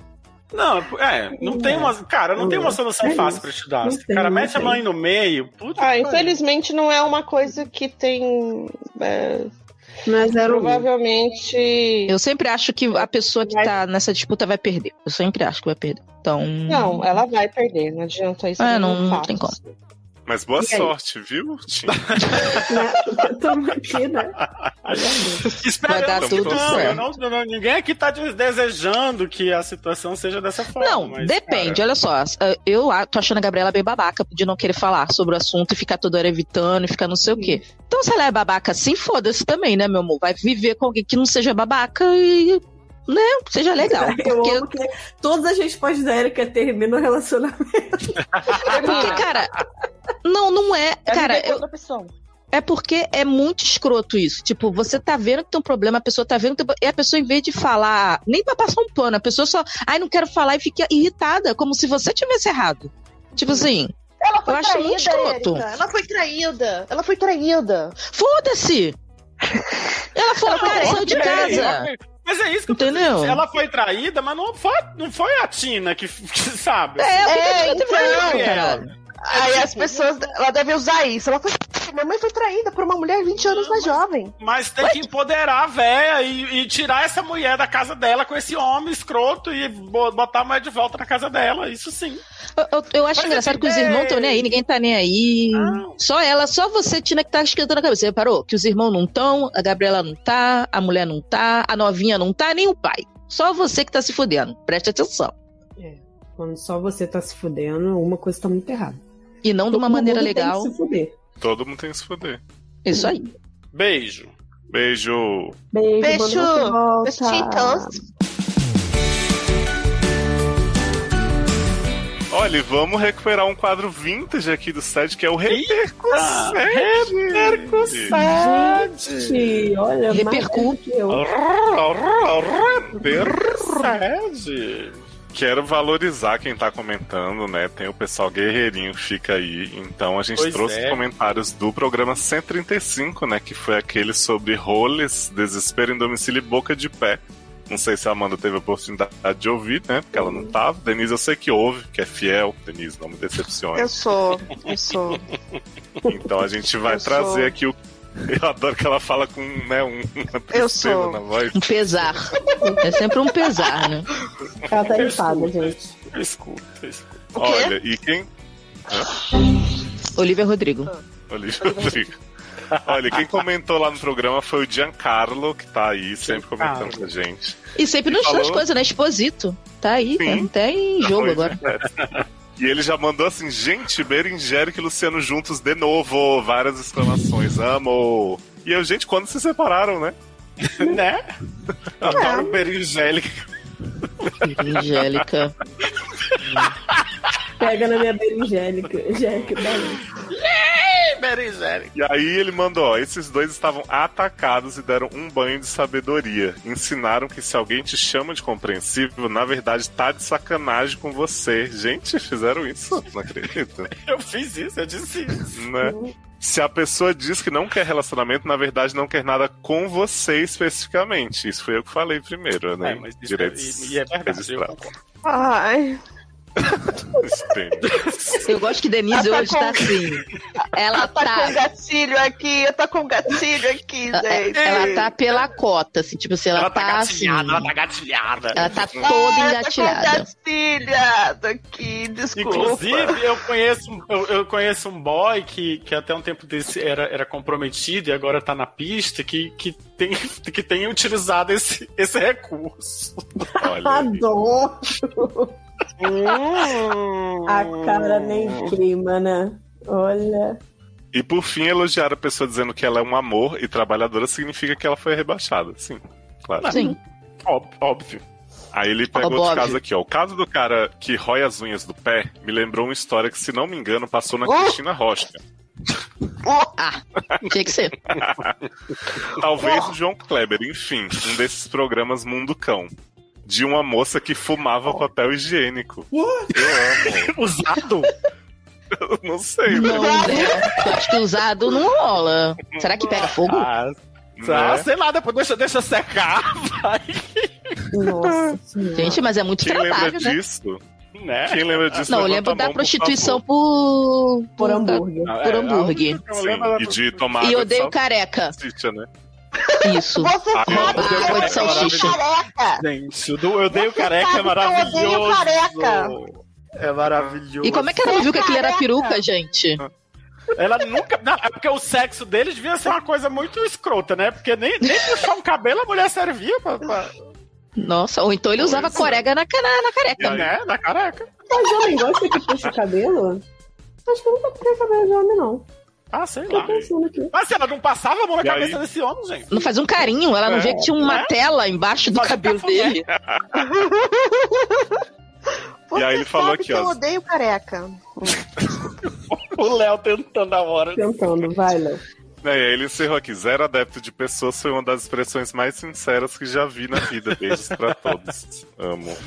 Speaker 5: Não, é, não tem uma. Cara, não
Speaker 2: Não
Speaker 5: tem uma
Speaker 2: é.
Speaker 5: solução
Speaker 2: É
Speaker 5: fácil
Speaker 2: isso.
Speaker 5: pra te dar.
Speaker 2: Não
Speaker 5: Assim,
Speaker 2: tem,
Speaker 5: cara,
Speaker 2: não
Speaker 5: mete a
Speaker 2: tem.
Speaker 5: mãe no meio. Puta
Speaker 8: Ah,
Speaker 5: que pariu.
Speaker 8: infelizmente não é uma coisa que tem. é,
Speaker 2: Mas era um.
Speaker 8: provavelmente.
Speaker 4: Eu sempre acho que a pessoa que
Speaker 8: Vai-
Speaker 4: tá nessa disputa vai perder. Eu sempre acho que vai perder. Então.
Speaker 3: é
Speaker 8: Não, ela vai perder, não adianta isso.
Speaker 4: É,
Speaker 8: não
Speaker 4: não- não
Speaker 8: faço.
Speaker 4: tem como.
Speaker 1: Mas boa
Speaker 2: E aí?
Speaker 1: sorte, viu, Tim?
Speaker 2: Né? Tamo aqui, né?
Speaker 5: Espera,
Speaker 4: Vai dar
Speaker 5: eu não-
Speaker 1: tudo
Speaker 5: não,
Speaker 1: certo.
Speaker 5: eu não- eu não- ninguém aqui tá de- desejando que a situação seja dessa forma.
Speaker 4: Não,
Speaker 5: mas,
Speaker 4: depende, olha só. Eu a- tô achando a Gabriela bem babaca de não querer falar sobre o assunto e ficar toda hora evitando e ficar não sei o quê. Então, se ela é babaca assim, foda-se também, né, meu amor? Vai viver com alguém que não seja babaca e. né? Seja legal.
Speaker 2: Eu
Speaker 4: Porque
Speaker 2: amo que todas as respostas da Erika terminam o relacionamento.
Speaker 5: Ah.
Speaker 4: Porque, cara, não, não é. Cara,
Speaker 8: viver com
Speaker 4: eu-
Speaker 8: outra pessoa.
Speaker 4: é porque é muito escroto isso. Tipo, você tá vendo que tem um problema, a pessoa tá vendo que tem... um pro- E a pessoa, em vez de falar, nem pra passar um pano, a pessoa só, ai, não quero falar e fica irritada, como se você tivesse errado. Tipo assim,
Speaker 8: Ela
Speaker 4: Eu acho muito escroto.
Speaker 8: Érica. Ela foi traída. Ela foi traída.
Speaker 4: foda-se! Ela falou,
Speaker 5: Não,
Speaker 4: cara, saiu de
Speaker 5: ok,
Speaker 4: casa.
Speaker 5: ok. Mas é isso que eu tô
Speaker 4: Entendeu?
Speaker 5: dizendo. Ela foi traída, mas não foi, não foi a Tina que, que sabe.
Speaker 4: É, o que
Speaker 8: É,
Speaker 4: que adianta
Speaker 8: então,
Speaker 4: falar,
Speaker 5: é.
Speaker 4: caralho?
Speaker 8: Aí as pessoas, ela deve usar isso. Ela foi minha mãe foi traída por uma mulher 20 anos mais jovem.
Speaker 5: Mas tem que empoderar a véia e, e tirar essa mulher da casa dela com esse homem escroto e bo- botar a mulher de volta na casa dela. Isso sim.
Speaker 4: Eu, eu- eu acho
Speaker 5: Mas
Speaker 4: engraçado que os
Speaker 5: assim,
Speaker 4: irmãos estão
Speaker 5: é-
Speaker 4: nem aí, ninguém tá nem aí.
Speaker 5: Não.
Speaker 4: Só ela, só você, Tina, que tá esquentando a cabeça. Você reparou que os irmãos não estão, a Gabriela não tá, a mulher não tá, a novinha não tá, nem o pai. Só você que tá se fudendo. Preste atenção.
Speaker 2: Quando só você tá se fudendo, uma coisa tá muito errada.
Speaker 4: E não de uma
Speaker 2: Todo
Speaker 4: maneira
Speaker 2: mundo tem que
Speaker 4: legal.
Speaker 2: se fuder.
Speaker 1: Todo mundo tem que se foder.
Speaker 4: Isso aí.
Speaker 5: Beijo.
Speaker 1: Beijo.
Speaker 2: Beijo,
Speaker 8: Beijo.
Speaker 2: manda você volta.
Speaker 8: Beijitos.
Speaker 1: Olha, e vamos recuperar um quadro vintage aqui do site, que é o
Speaker 5: Ah,
Speaker 1: Tá Repercussão.
Speaker 2: Gente, olha, mais
Speaker 4: Repercu-
Speaker 2: velho que eu.
Speaker 5: Sede.
Speaker 1: Quero valorizar quem tá comentando, né? Tem o pessoal guerreirinho que fica aí. Então a gente
Speaker 5: Pois
Speaker 1: trouxe
Speaker 5: é.
Speaker 1: comentários do programa 135, né? Que foi aquele sobre roles, desespero em domicílio e boca de pé. Não sei se a Amanda teve a oportunidade de ouvir, né? Porque ela não
Speaker 5: Uhum.
Speaker 1: tava. Denise, eu sei que ouve, que é fiel. Denise, não me decepcione.
Speaker 8: Eu sou, eu sou.
Speaker 1: Então a gente vai
Speaker 8: Eu sou-
Speaker 1: trazer aqui o. Eu adoro que ela fala com né, um, uma tristeza
Speaker 8: sou.
Speaker 1: na voz.
Speaker 4: Um pesar. É sempre um pesar, né?
Speaker 2: Ela tá irritada, gente.
Speaker 5: Escuta, escuta.
Speaker 8: O quê?
Speaker 1: Olha, e quem,
Speaker 4: Olivia Rodrigo.
Speaker 1: Olivia Rodrigo. Olha, quem comentou lá no programa foi o Giancarlo, que tá aí sempre comentando com a gente.
Speaker 4: E sempre nos
Speaker 1: Falou.
Speaker 4: shows coisas, né? Exposito. Tá aí, tá
Speaker 1: Sim.
Speaker 4: até em jogo
Speaker 1: Pois
Speaker 4: agora.
Speaker 1: é. E ele já mandou assim, gente, Berengérica e Luciano juntos de novo. Várias exclamações, amo. E eu, gente, quando se separaram, né?
Speaker 5: né? Adoro perigélica.
Speaker 4: Angélica.
Speaker 2: Pega na minha berinjélica. Jélica, dá-
Speaker 5: Perigélica.
Speaker 1: E aí ele mandou, ó, esses dois estavam atacados e deram um banho de sabedoria. Ensinaram que se alguém te chama de compreensível, na verdade tá de sacanagem com você. Gente, fizeram isso? Não acredito.
Speaker 5: Eu fiz isso, eu disse isso.
Speaker 1: né? Se a pessoa diz que não quer relacionamento, na verdade não quer nada com você especificamente. Isso foi eu que falei primeiro, né?
Speaker 5: É, mas isso-
Speaker 1: Direitos
Speaker 5: e, e é verdade, eu
Speaker 1: registrados.
Speaker 5: concordo.
Speaker 8: Ai,
Speaker 1: Entende?
Speaker 4: Eu gosto que Denise hoje
Speaker 8: Atacou.
Speaker 4: tá assim. Ela
Speaker 8: tá, com
Speaker 4: tá.
Speaker 8: gatilho aqui, eu tô com gatilho aqui, gente.
Speaker 4: Ela tá pela cota, assim, tipo assim, ela,
Speaker 5: Ela tá
Speaker 4: tá assim.
Speaker 5: gatilhada, ela tá gatilhada.
Speaker 4: Ela tá
Speaker 8: Ah,
Speaker 4: toda engatilhada.
Speaker 8: Tô com gatilhado aqui, desculpa.
Speaker 5: Inclusive, eu conheço, um- eu, eu conheço um boy que, que até um tempo desse era, era comprometido e agora tá na pista, que, que, tem, que tem utilizado esse, esse recurso.
Speaker 1: Olha aí.
Speaker 2: um Adoro.
Speaker 8: Hum.
Speaker 2: A cara nem queima, né? Olha.
Speaker 1: E por fim, elogiar a pessoa dizendo que ela é um amor e trabalhadora significa que ela foi rebaixada. Sim, claro.
Speaker 4: Sim.
Speaker 5: Óbvio. óbvio.
Speaker 1: Aí ele pegou
Speaker 4: Óbvio.
Speaker 1: outro caso aqui, ó. O caso do cara que rói as unhas do pé me lembrou uma história que, se não me engano, passou na
Speaker 4: Oh!
Speaker 1: Cristina Rocha.
Speaker 4: Ah, tinha que ser.
Speaker 1: Talvez
Speaker 4: Oh!
Speaker 1: o João Kleber, enfim, um desses programas Mundo Cão. De uma moça que
Speaker 4: Oh!
Speaker 1: fumava papel higiênico. Eu
Speaker 5: Usado?
Speaker 1: amo. Eu não sei,
Speaker 4: Não,
Speaker 1: né?
Speaker 4: né? Eu acho que usado não rola. Será que pega fogo?
Speaker 5: Ah, tá,
Speaker 1: Né?
Speaker 5: sei lá, depois deixa, deixa secar, vai,
Speaker 2: Nossa. senhora.
Speaker 4: Gente, mas é muito
Speaker 1: Quem lembra
Speaker 4: trabalho, né?
Speaker 1: disso?
Speaker 5: né?
Speaker 1: Quem lembra disso?
Speaker 4: Não, eu
Speaker 1: levanta a
Speaker 4: lembro
Speaker 5: tá
Speaker 4: da
Speaker 1: mão, por
Speaker 4: prostituição por.
Speaker 2: Por hambúrguer.
Speaker 5: Ah,
Speaker 4: por
Speaker 5: é,
Speaker 4: hambúrguer.
Speaker 5: a única que eu
Speaker 1: favor.
Speaker 5: lembro era
Speaker 1: Sim, e de tomar
Speaker 4: E
Speaker 1: água de
Speaker 4: odeio
Speaker 1: salsicha,
Speaker 4: careca.
Speaker 1: né?
Speaker 4: Isso.
Speaker 8: Você
Speaker 1: Ah, eu
Speaker 8: sabe que
Speaker 1: odeio
Speaker 8: eu
Speaker 4: água de
Speaker 8: odeio
Speaker 4: salsicha.
Speaker 8: careca.
Speaker 5: tipo, Gente, eu do- eu odeio
Speaker 8: Você
Speaker 5: careca,
Speaker 8: sabe
Speaker 5: é
Speaker 8: que eu odeio
Speaker 5: maravilhoso.
Speaker 8: careca.
Speaker 5: É maravilhoso.
Speaker 4: E como é que ela não viu que aquilo era
Speaker 8: Careca.
Speaker 4: peruca, gente?
Speaker 5: Ela nunca. Não, é porque o sexo deles devia ser uma coisa muito escrota, né? Porque nem, nem puxar um cabelo a mulher servia pra, pra-
Speaker 4: Nossa, ou então ele
Speaker 1: Pois
Speaker 4: usava
Speaker 1: é.
Speaker 4: corega na, ca- na, na careca.
Speaker 5: né? Na careca.
Speaker 2: Mas homem gosta que puxa o cabelo? Acho que eu nunca puxei o cabelo de homem, não.
Speaker 5: Ah, sei
Speaker 2: Tô
Speaker 5: lá.
Speaker 2: pensando aqui.
Speaker 5: Mas ela não passava a mão na
Speaker 1: E
Speaker 5: cabeça
Speaker 1: aí?
Speaker 5: desse homem, gente.
Speaker 4: Não fazia um carinho, ela não
Speaker 1: É,
Speaker 4: via que tinha uma
Speaker 5: né?
Speaker 4: tela embaixo do
Speaker 5: Mas
Speaker 4: cabelo
Speaker 5: tá
Speaker 4: dele.
Speaker 1: E aí ele
Speaker 8: Você
Speaker 1: falou
Speaker 8: sabe
Speaker 1: aqui,
Speaker 8: que
Speaker 1: ó.
Speaker 8: Eu odeio careca.
Speaker 5: O Léo tentando a hora.
Speaker 2: Tentando, vai, Léo.
Speaker 1: É, e aí ele encerrou aqui. Zero adepto de pessoas foi uma das expressões mais sinceras que já vi na vida. Beijos pra todos. Amo.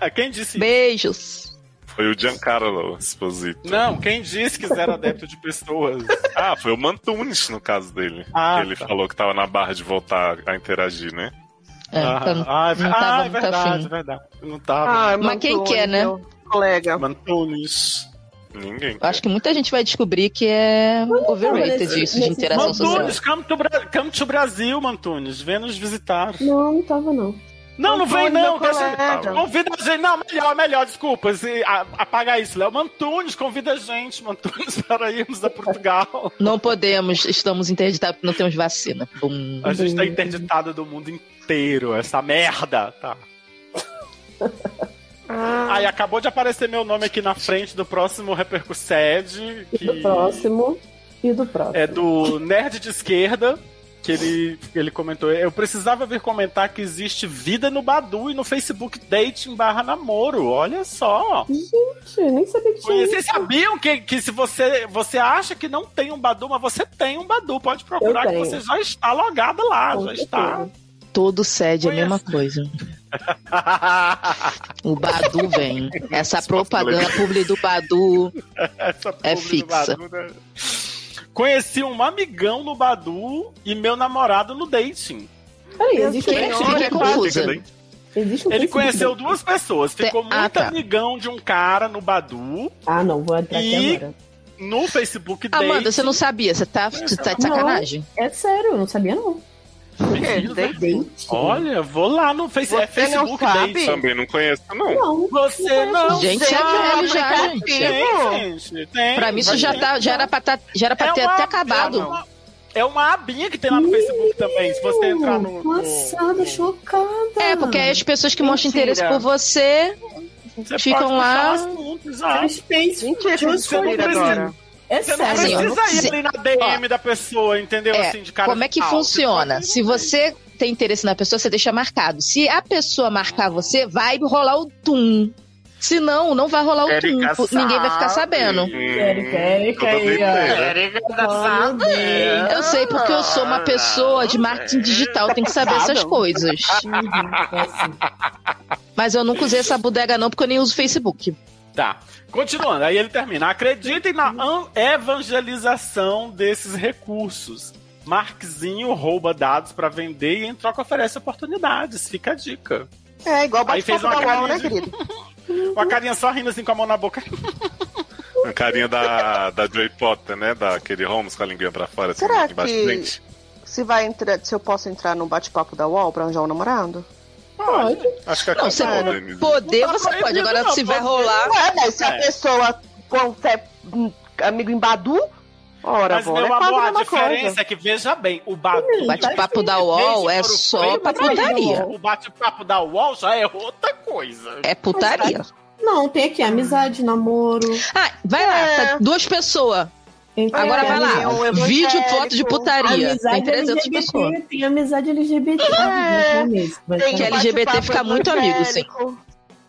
Speaker 5: Ah, Quem disse isso?
Speaker 4: Beijos.
Speaker 1: Foi o Giancarlo Esposito.
Speaker 5: Não, quem disse que zero adepto de pessoas?
Speaker 1: Ah, foi o Mantunes no caso dele.
Speaker 5: Ah,
Speaker 1: ele
Speaker 5: tá.
Speaker 1: falou que tava na barra de voltar a interagir, né?
Speaker 4: É,
Speaker 5: Ah,
Speaker 4: então,
Speaker 5: ah,
Speaker 4: não
Speaker 5: ah,
Speaker 4: tava
Speaker 5: é
Speaker 4: muito
Speaker 5: verdade,
Speaker 4: afim.
Speaker 5: é verdade. Não tava.
Speaker 3: Ah,
Speaker 8: Ai,
Speaker 4: Mas quem
Speaker 8: Mantunes,
Speaker 4: quer, né?
Speaker 8: meu Colega.
Speaker 5: Ah, Mantunes.
Speaker 1: Ninguém.
Speaker 4: eu acho que muita gente vai descobrir que é overrated
Speaker 2: nesse-
Speaker 4: isso de
Speaker 2: nesse-
Speaker 4: interação social.
Speaker 5: Mantunes, come to, Bra- come to Brasil, Mantunes. Vem nos visitar.
Speaker 2: Não, não tava, não.
Speaker 5: Não, não vem não,
Speaker 8: Meu
Speaker 5: Tá deixa,
Speaker 8: colega.
Speaker 5: Convida a gente. Não, melhor, melhor, desculpa. Se, a- apaga isso, Léo. Mantunes, convida a gente, Mantunes, para irmos a Portugal.
Speaker 4: Não podemos, estamos interditados porque não temos vacina. Bum.
Speaker 5: A gente tá interditado do mundo inteiro, essa merda. Tá.
Speaker 8: Ah,
Speaker 5: Aí acabou de aparecer meu nome aqui na frente do próximo Repercussed,
Speaker 2: E
Speaker 5: que
Speaker 2: do próximo. E do próximo.
Speaker 5: é do Nerd de Esquerda. Que ele, que ele comentou, eu precisava vir comentar que existe vida no Badu e no Facebook dating barra namoro. Olha só.
Speaker 2: Gente, nem sabia que tinha.
Speaker 5: Conhe-
Speaker 2: isso.
Speaker 5: Vocês sabiam que, que se você, você acha que não tem um Badu, mas você tem um Badu, pode procurar
Speaker 2: Eu
Speaker 5: que
Speaker 2: tenho.
Speaker 5: você já está logado lá,
Speaker 2: Com
Speaker 5: já está.
Speaker 4: Todo sede é a
Speaker 5: Conhece.
Speaker 4: mesma coisa. O Badu vem. Essa propaganda publi do Badu.
Speaker 5: Essa
Speaker 4: É
Speaker 5: publi do
Speaker 4: fixa.
Speaker 5: Badu, né? Conheci um amigão no Badu e meu namorado no dating.
Speaker 2: Peraí, existe um
Speaker 4: Quem?
Speaker 2: Facebook?
Speaker 4: Fiquei confusa.
Speaker 2: Existe um
Speaker 5: Ele
Speaker 2: Facebook?
Speaker 5: conheceu duas pessoas, ficou
Speaker 4: Ah,
Speaker 5: muito
Speaker 4: tá.
Speaker 5: amigão de um cara no Badu,
Speaker 2: Ah, não, vou entrar
Speaker 5: E-
Speaker 2: aqui agora.
Speaker 5: no Facebook dating.
Speaker 4: Amanda, você não sabia, você tá, você tá de
Speaker 2: Não.
Speaker 4: sacanagem.
Speaker 2: É sério, eu não sabia, não.
Speaker 5: Menino,
Speaker 10: Date?
Speaker 2: Date?
Speaker 5: Olha, vou lá no face... é
Speaker 3: Você não
Speaker 5: Facebook
Speaker 3: sabe?
Speaker 5: Date.
Speaker 1: Também não conheço, não.
Speaker 2: Não.
Speaker 5: Você não
Speaker 4: Gente,
Speaker 5: sabe.
Speaker 4: é velho já, gente.
Speaker 5: Tem, gente, tem.
Speaker 4: Pra mim isso
Speaker 5: Vai
Speaker 4: já,
Speaker 5: ter.
Speaker 4: tá, já era pra, tá, já era pra ter
Speaker 5: É uma
Speaker 4: até
Speaker 5: abinha,
Speaker 4: acabado.
Speaker 5: não. É uma abinha que tem lá no Facebook também. Se você entrar no. no-
Speaker 2: Passada, chocada.
Speaker 4: É, porque aí as pessoas que mostram
Speaker 10: Mentira.
Speaker 4: interesse por você.
Speaker 5: Você
Speaker 4: ficam
Speaker 5: pode
Speaker 4: lá.
Speaker 5: puxar assunto, exato.
Speaker 2: Faz Space
Speaker 3: Mentira,
Speaker 2: Just
Speaker 5: você não
Speaker 2: for
Speaker 5: precisa-
Speaker 2: Fun. É
Speaker 5: Você não
Speaker 2: sério.
Speaker 4: Assim, ó,
Speaker 5: precisa
Speaker 4: se-
Speaker 5: ir ali na DM da pessoa, entendeu?
Speaker 4: É,
Speaker 5: assim, de cara
Speaker 4: Como é que
Speaker 5: de pau.
Speaker 4: funciona?
Speaker 5: Você
Speaker 4: Se
Speaker 5: pode-
Speaker 4: você tem interesse na pessoa, você deixa marcado. Se a pessoa marcar você, vai rolar o tum. Se não, não vai rolar o tum.
Speaker 5: Érica
Speaker 4: Ninguém vai ficar
Speaker 5: sabe.
Speaker 4: sabendo.
Speaker 2: Érica, Érica
Speaker 1: toda né?
Speaker 2: aí, ó.
Speaker 1: doideira.
Speaker 2: Ah, meu Deus.
Speaker 4: Eu sei porque eu sou
Speaker 5: Ah,
Speaker 4: uma pessoa de marketing digital, tem que saber essas coisas. Mas eu nunca usei essa bodega não, porque eu nem uso Facebook.
Speaker 5: Tá. Continuando, aí ele termina. Acreditem na an- evangelização desses recursos. Marquezinho rouba dados pra vender e em troca oferece oportunidades. Fica a dica.
Speaker 3: É igual
Speaker 5: Aí fez
Speaker 3: bate-papo
Speaker 5: uma
Speaker 3: da LOL, né,
Speaker 5: carinha de-
Speaker 3: querido?
Speaker 5: Uma carinha só rindo assim com a mão na boca.
Speaker 1: A Um carinha da, da Joy Potter, né? Daquele Holmes com a linguinha pra fora, assim,
Speaker 3: Será
Speaker 1: embaixo
Speaker 3: que-
Speaker 1: do dente.
Speaker 3: Se, vai entrar, se eu posso entrar no bate-papo da UOL pra arranjar um namorado?
Speaker 1: Acho que
Speaker 4: Não, você
Speaker 1: acabou, Denise.
Speaker 4: Poder
Speaker 5: Não tá
Speaker 4: você pode,
Speaker 5: proibido,
Speaker 4: agora
Speaker 5: não,
Speaker 4: se vai
Speaker 5: pode-
Speaker 4: rolar...
Speaker 3: Ué, mas se a
Speaker 5: É.
Speaker 3: pessoa quer hum, amigo em Badu, ora,
Speaker 5: Mas,
Speaker 3: bola,
Speaker 5: meu
Speaker 3: é quase
Speaker 5: amor,
Speaker 3: a
Speaker 5: a
Speaker 3: mesma coisa.
Speaker 5: diferença é que, veja bem, o Badu...
Speaker 4: O Hum, bate-papo da UOL é
Speaker 5: Desde
Speaker 4: só
Speaker 5: Ouro
Speaker 4: pra
Speaker 5: Preto,
Speaker 4: putaria.
Speaker 5: O bate-papo da UOL já é outra coisa.
Speaker 4: É putaria.
Speaker 2: Não, tem aqui amizade, namoro.
Speaker 4: Ah, vai lá,
Speaker 3: É.
Speaker 4: tá duas pessoas.
Speaker 2: entre-
Speaker 4: Agora vai
Speaker 3: é um
Speaker 4: lá.
Speaker 3: evangélico.
Speaker 4: Vídeo, foto de putaria. Tem
Speaker 2: Amizade
Speaker 4: 300
Speaker 2: LGBT,
Speaker 4: pessoas.
Speaker 2: tem amizade LGBT.
Speaker 3: É, Tem
Speaker 4: Que
Speaker 3: bate-papo
Speaker 4: LGBT fica muito amigo, sim.
Speaker 3: evangélico,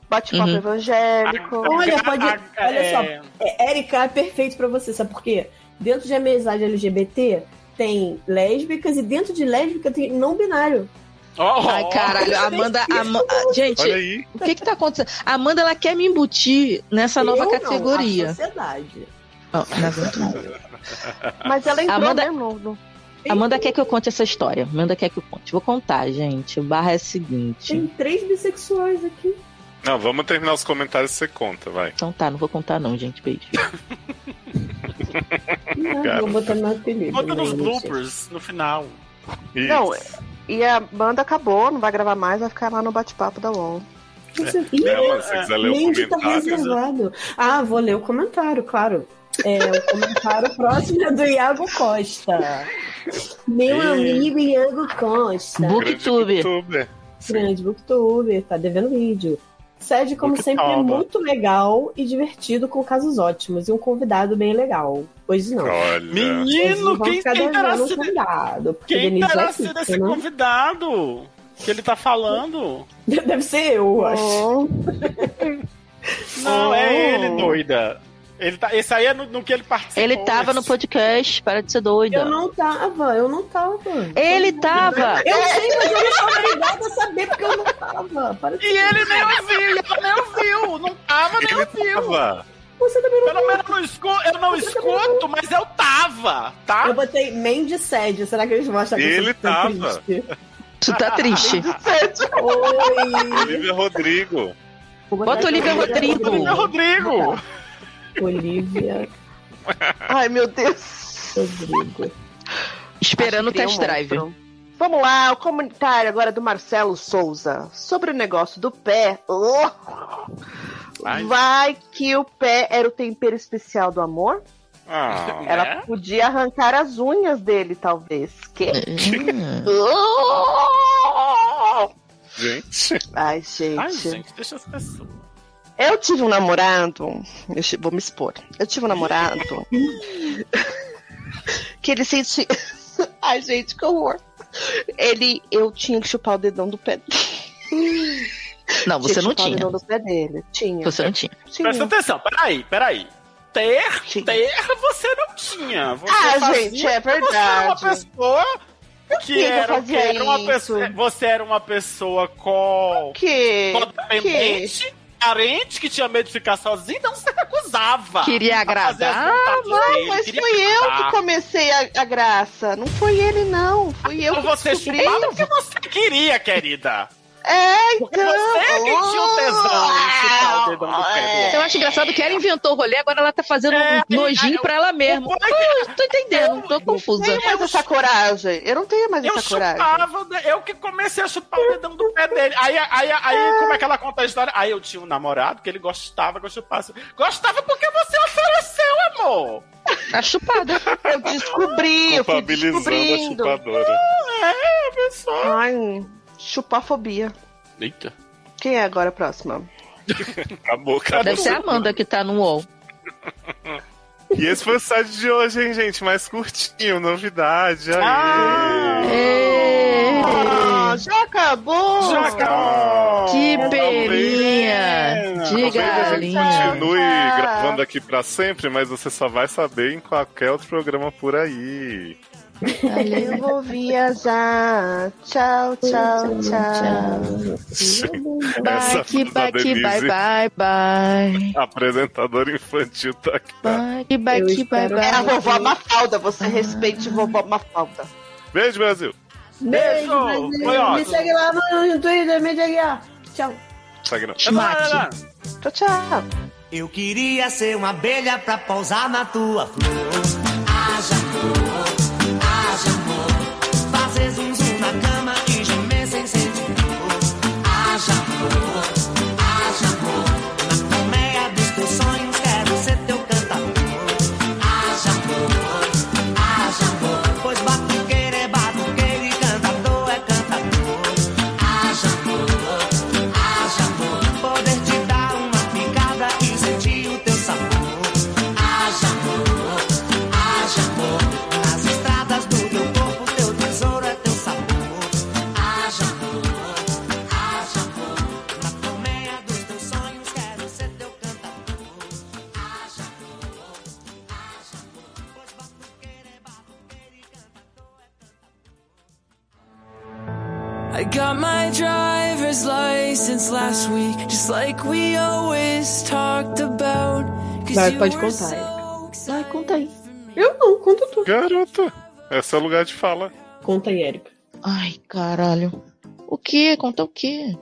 Speaker 3: Bate-papo
Speaker 4: Uhum.
Speaker 5: Então,
Speaker 3: evangélico.
Speaker 2: Olha, pode-
Speaker 5: A- a-
Speaker 2: olha só.
Speaker 5: é,
Speaker 2: É, Érica é perfeito pra você, sabe por quê? Dentro de amizade LGBT tem lésbicas e dentro de lésbica tem não binário.
Speaker 5: ó, ó,
Speaker 4: Ai, caralho, a Amanda. a Ama- a- gente,
Speaker 1: Olha aí.
Speaker 4: o que que tá acontecendo? A Amanda, ela quer me embutir nessa nova
Speaker 2: Eu não, a
Speaker 4: categoria. Tá
Speaker 2: sociedade.
Speaker 4: Não, não aguento.
Speaker 3: Mas ela entrou
Speaker 4: Amanda-
Speaker 3: mesmo no-
Speaker 4: Amanda quer que eu conte essa história. Amanda quer que eu conte. Vou contar, gente. O barra é o seguinte.
Speaker 2: Tem três bissexuais aqui.
Speaker 1: Não, vamos terminar os comentários e você conta, vai.
Speaker 4: Então tá, não vou contar, não, gente. Beijo.
Speaker 2: Não,
Speaker 1: Cara.
Speaker 2: vou botar no apelido.
Speaker 5: Bota
Speaker 2: né, eu
Speaker 5: nos
Speaker 2: não sei.
Speaker 5: bloopers no final.
Speaker 1: Isso.
Speaker 3: Não, E a banda acabou, não vai gravar mais, vai ficar lá no bate-papo da UOL.
Speaker 2: Não sei.
Speaker 1: É,
Speaker 2: Ih,
Speaker 1: mano, se você quiser ler o
Speaker 2: Mente tá
Speaker 1: comentário. né?
Speaker 2: reservado. Ah, vou ler o comentário, claro. É, o comentário próximo é do Iago Costa. Meu
Speaker 5: É.
Speaker 2: amigo Iago Costa.
Speaker 4: Bu-
Speaker 1: Grande
Speaker 4: Booktube.
Speaker 1: Booktuber.
Speaker 2: Grande booktuber, tá devendo vídeo. Sede, como
Speaker 5: Muito
Speaker 2: sempre, é
Speaker 5: foda.
Speaker 2: muito legal e divertido, com casos ótimos e um convidado bem legal. Hoje não.
Speaker 1: Olha.
Speaker 2: Hoje
Speaker 5: Menino,
Speaker 2: vamos
Speaker 5: quem
Speaker 2: ficar
Speaker 5: quem
Speaker 2: devendo
Speaker 5: terá
Speaker 2: um
Speaker 5: sido
Speaker 2: convidado, porque
Speaker 5: Quem tá
Speaker 2: Denise
Speaker 5: terá
Speaker 2: vai
Speaker 5: sido
Speaker 2: ficar,
Speaker 5: esse
Speaker 2: né?
Speaker 5: convidado que ele tá falando?
Speaker 2: Deve ser eu, eu acho.
Speaker 3: Oh,
Speaker 5: Não, é
Speaker 3: Oh.
Speaker 5: ele, doida. Ele tá, esse aí é no, no que ele participou.
Speaker 4: Ele tava no podcast, para de ser
Speaker 2: Eu
Speaker 4: doida.
Speaker 2: não tava, eu não tava.
Speaker 4: Ele tava.
Speaker 2: Eu sei, mas eu não sou obrigada a saber porque eu não tava. Para
Speaker 5: E
Speaker 2: de
Speaker 5: ele nem ouviu, ela nem ouviu. Não tava, nem
Speaker 1: Ele
Speaker 5: ouviu.
Speaker 1: tava.
Speaker 2: Você também não
Speaker 5: Pelo menos eu não, esco- eu
Speaker 3: tá
Speaker 5: não escuto, mas eu tava, tá?
Speaker 2: Eu botei main de sede. Será que eles vão achar que eu sou
Speaker 1: Ele tava.
Speaker 2: triste?
Speaker 4: Tu tá triste.
Speaker 3: Ah,
Speaker 2: Oi.
Speaker 1: Olivia Rodrigo.
Speaker 2: Vou botar
Speaker 4: Bota Olivia Rodrigo.
Speaker 5: Olivia Rodrigo.
Speaker 2: Olivia
Speaker 3: ai, meu Deus.
Speaker 2: Rodrigo.
Speaker 4: Esperando o
Speaker 3: Acho que
Speaker 4: test
Speaker 3: criou um
Speaker 4: drive.
Speaker 3: monstro. Vamos lá, o comentário agora do Marcelo Souza sobre o negócio do pé. Oh!
Speaker 1: Ai.
Speaker 3: Vai que o pé era o tempero especial do amor?
Speaker 1: Ah,
Speaker 3: Ela
Speaker 5: Né?
Speaker 3: podia arrancar as unhas dele, talvez. Que?
Speaker 4: Hum.
Speaker 3: Oh!
Speaker 1: gente.
Speaker 3: Ai, gente.
Speaker 5: Ai, gente, deixa as pessoas.
Speaker 3: Eu tive um namorado. Eu che- vou me expor. Eu tive um namorado. que ele sentia. Ai, gente, que horror. Ele. Eu tinha que chupar o dedão do pé dele.
Speaker 4: Não, você
Speaker 3: Tinha que
Speaker 4: não
Speaker 3: chupar O
Speaker 4: tinha.
Speaker 3: dedão do pé dele. Tinha.
Speaker 4: Você não tinha.
Speaker 3: tinha.
Speaker 5: Presta atenção, peraí, peraí. Ter,
Speaker 3: Tinha.
Speaker 5: ter você não tinha. Você
Speaker 3: Ah,
Speaker 5: fazia-
Speaker 3: gente, é
Speaker 5: Você era uma
Speaker 3: verdade.
Speaker 5: pessoa
Speaker 3: que
Speaker 5: que
Speaker 3: eu
Speaker 5: era, que
Speaker 3: fazia
Speaker 5: era uma
Speaker 3: isso?
Speaker 5: pessoa. Você era uma pessoa com.
Speaker 3: Que?
Speaker 5: Codependente, carente, que tinha medo de ficar sozinho, então você acusava.
Speaker 4: Queria
Speaker 5: a fazer as
Speaker 4: agradar.
Speaker 5: vontades dele,
Speaker 3: Mas
Speaker 5: queria
Speaker 3: fui eu
Speaker 5: agradar.
Speaker 3: que comecei a, a graça. Não foi ele, não. Fui eu
Speaker 5: Então
Speaker 3: que
Speaker 5: você
Speaker 3: descobri.
Speaker 5: chupava o que você queria, querida.
Speaker 3: É, então.
Speaker 5: Você que tinha o tesão em chutar o dedão do pé do
Speaker 4: Eu acho engraçado que ela inventou o rolê, agora ela tá fazendo
Speaker 5: É,
Speaker 4: um nojinho pra ela mesma.
Speaker 5: o-
Speaker 4: Eu não tô entendendo, tô confusa.
Speaker 3: Eu não tenho mais essa coragem. Eu não tenho mais
Speaker 5: Eu
Speaker 3: essa coragem.
Speaker 5: chupava, o de- eu que comecei a chupar o dedão do pé dele. Aí, aí, aí, como é que ela conta a história? Aí eu tinha um namorado que ele gostava que eu chupasse. Gostava porque você ofereceu, amor.
Speaker 4: Tá chupada.
Speaker 3: Eu descobri, eu fui
Speaker 1: Culpabilizando a
Speaker 3: descobrindo.
Speaker 1: chupadora.
Speaker 5: É, pessoal.
Speaker 3: Ai, chupafobia.
Speaker 5: Eita.
Speaker 3: Quem é agora a próxima?
Speaker 1: Acabou, acabou.
Speaker 4: Deve ser a Amanda que tá no UOL.
Speaker 1: E esse foi o site de hoje, hein, gente? Mais curtinho, novidade. Aí.
Speaker 4: Ah, Ê,
Speaker 3: Ah, já acabou!
Speaker 5: Já acabou.
Speaker 4: que
Speaker 1: Não,
Speaker 4: perinha! De
Speaker 1: talvez a gente
Speaker 4: galinha.
Speaker 1: continue
Speaker 3: Ah.
Speaker 1: gravando aqui pra sempre, mas você só vai saber em qualquer outro programa por aí.
Speaker 3: Eu vou viajar. Tchau, tchau, tchau.
Speaker 4: Bye,
Speaker 1: Essa
Speaker 4: que
Speaker 1: da
Speaker 4: bye, que bye,
Speaker 1: Denise.
Speaker 4: bye, bye.
Speaker 1: Apresentador infantil tá aqui.
Speaker 4: Bye, que bye,
Speaker 2: Eu
Speaker 4: que bye,
Speaker 2: espero-
Speaker 4: bye.
Speaker 3: É a vovó Mafalda, você respeite vovó Mafalda.
Speaker 1: Beijo, Brasil.
Speaker 2: Beijo,
Speaker 5: Beijo,
Speaker 2: Brasil.
Speaker 5: foi
Speaker 2: Me
Speaker 5: ótimo.
Speaker 2: segue lá no Twitter, me segue lá. Tchau.
Speaker 1: Segue não.
Speaker 4: Mate.
Speaker 3: Tchau, tchau.
Speaker 11: Eu queria ser uma abelha pra pousar na tua flor. Haja amor, haja amor. Fazer zum zum na cama e gemer sem sentir dor. Haja amor, haja amor. Na colmeia dos teus sonhos quero ser teu cantador. Haja amor, haja amor. Pois batuqueiro é batuqueiro e cantador é cantador. Haja amor, haja amor. Poder te dar uma picada e sentir o teu sabor. Haja amor, haja amor. Nas estradas do teu corpo, teu tesouro é teu sabor. Haja amor, haja amor. Na colmeia dos teus sonhos, quero ser teu cantador. Haja amor, haja amor. Pois batuqueiro é batuqueiro e cantador é cantador.
Speaker 9: I got my driver's license last week, just like we always talked about. 'Cause
Speaker 2: Vai,
Speaker 9: you
Speaker 2: pode
Speaker 9: were
Speaker 2: contar,
Speaker 9: so
Speaker 2: Ah,
Speaker 12: Vai, conta aí.
Speaker 2: Eu não, conta tu.
Speaker 1: Garota, esse é o lugar de fala.
Speaker 2: Conta aí, Érica.
Speaker 4: Ai, caralho. O que? Conta o quê?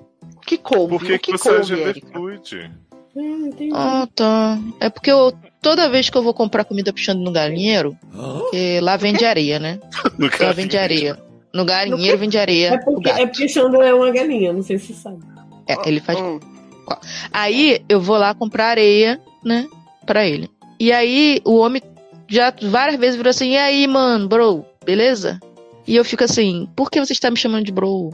Speaker 3: que couve?
Speaker 1: Por que,
Speaker 3: o que
Speaker 1: que você é
Speaker 3: couve,
Speaker 1: GV
Speaker 3: Érica?
Speaker 1: Food?
Speaker 2: Hum, entendi.
Speaker 4: Ah, tá. É porque eu, toda vez que eu vou comprar comida puxando no galinheiro, porque lá vende areia, né? Lá vende areia. No galinheiro vende
Speaker 2: É
Speaker 4: areia. O
Speaker 2: porque,
Speaker 4: gato.
Speaker 2: é porque Xandra é uma galinha, não sei se você sabe.
Speaker 4: É, ele faz.
Speaker 3: Hum.
Speaker 4: Aí eu vou lá comprar areia, né? Pra ele. E aí o homem já várias vezes virou assim: e aí, mano, bro, beleza? E eu fico assim: por que você está me chamando de bro?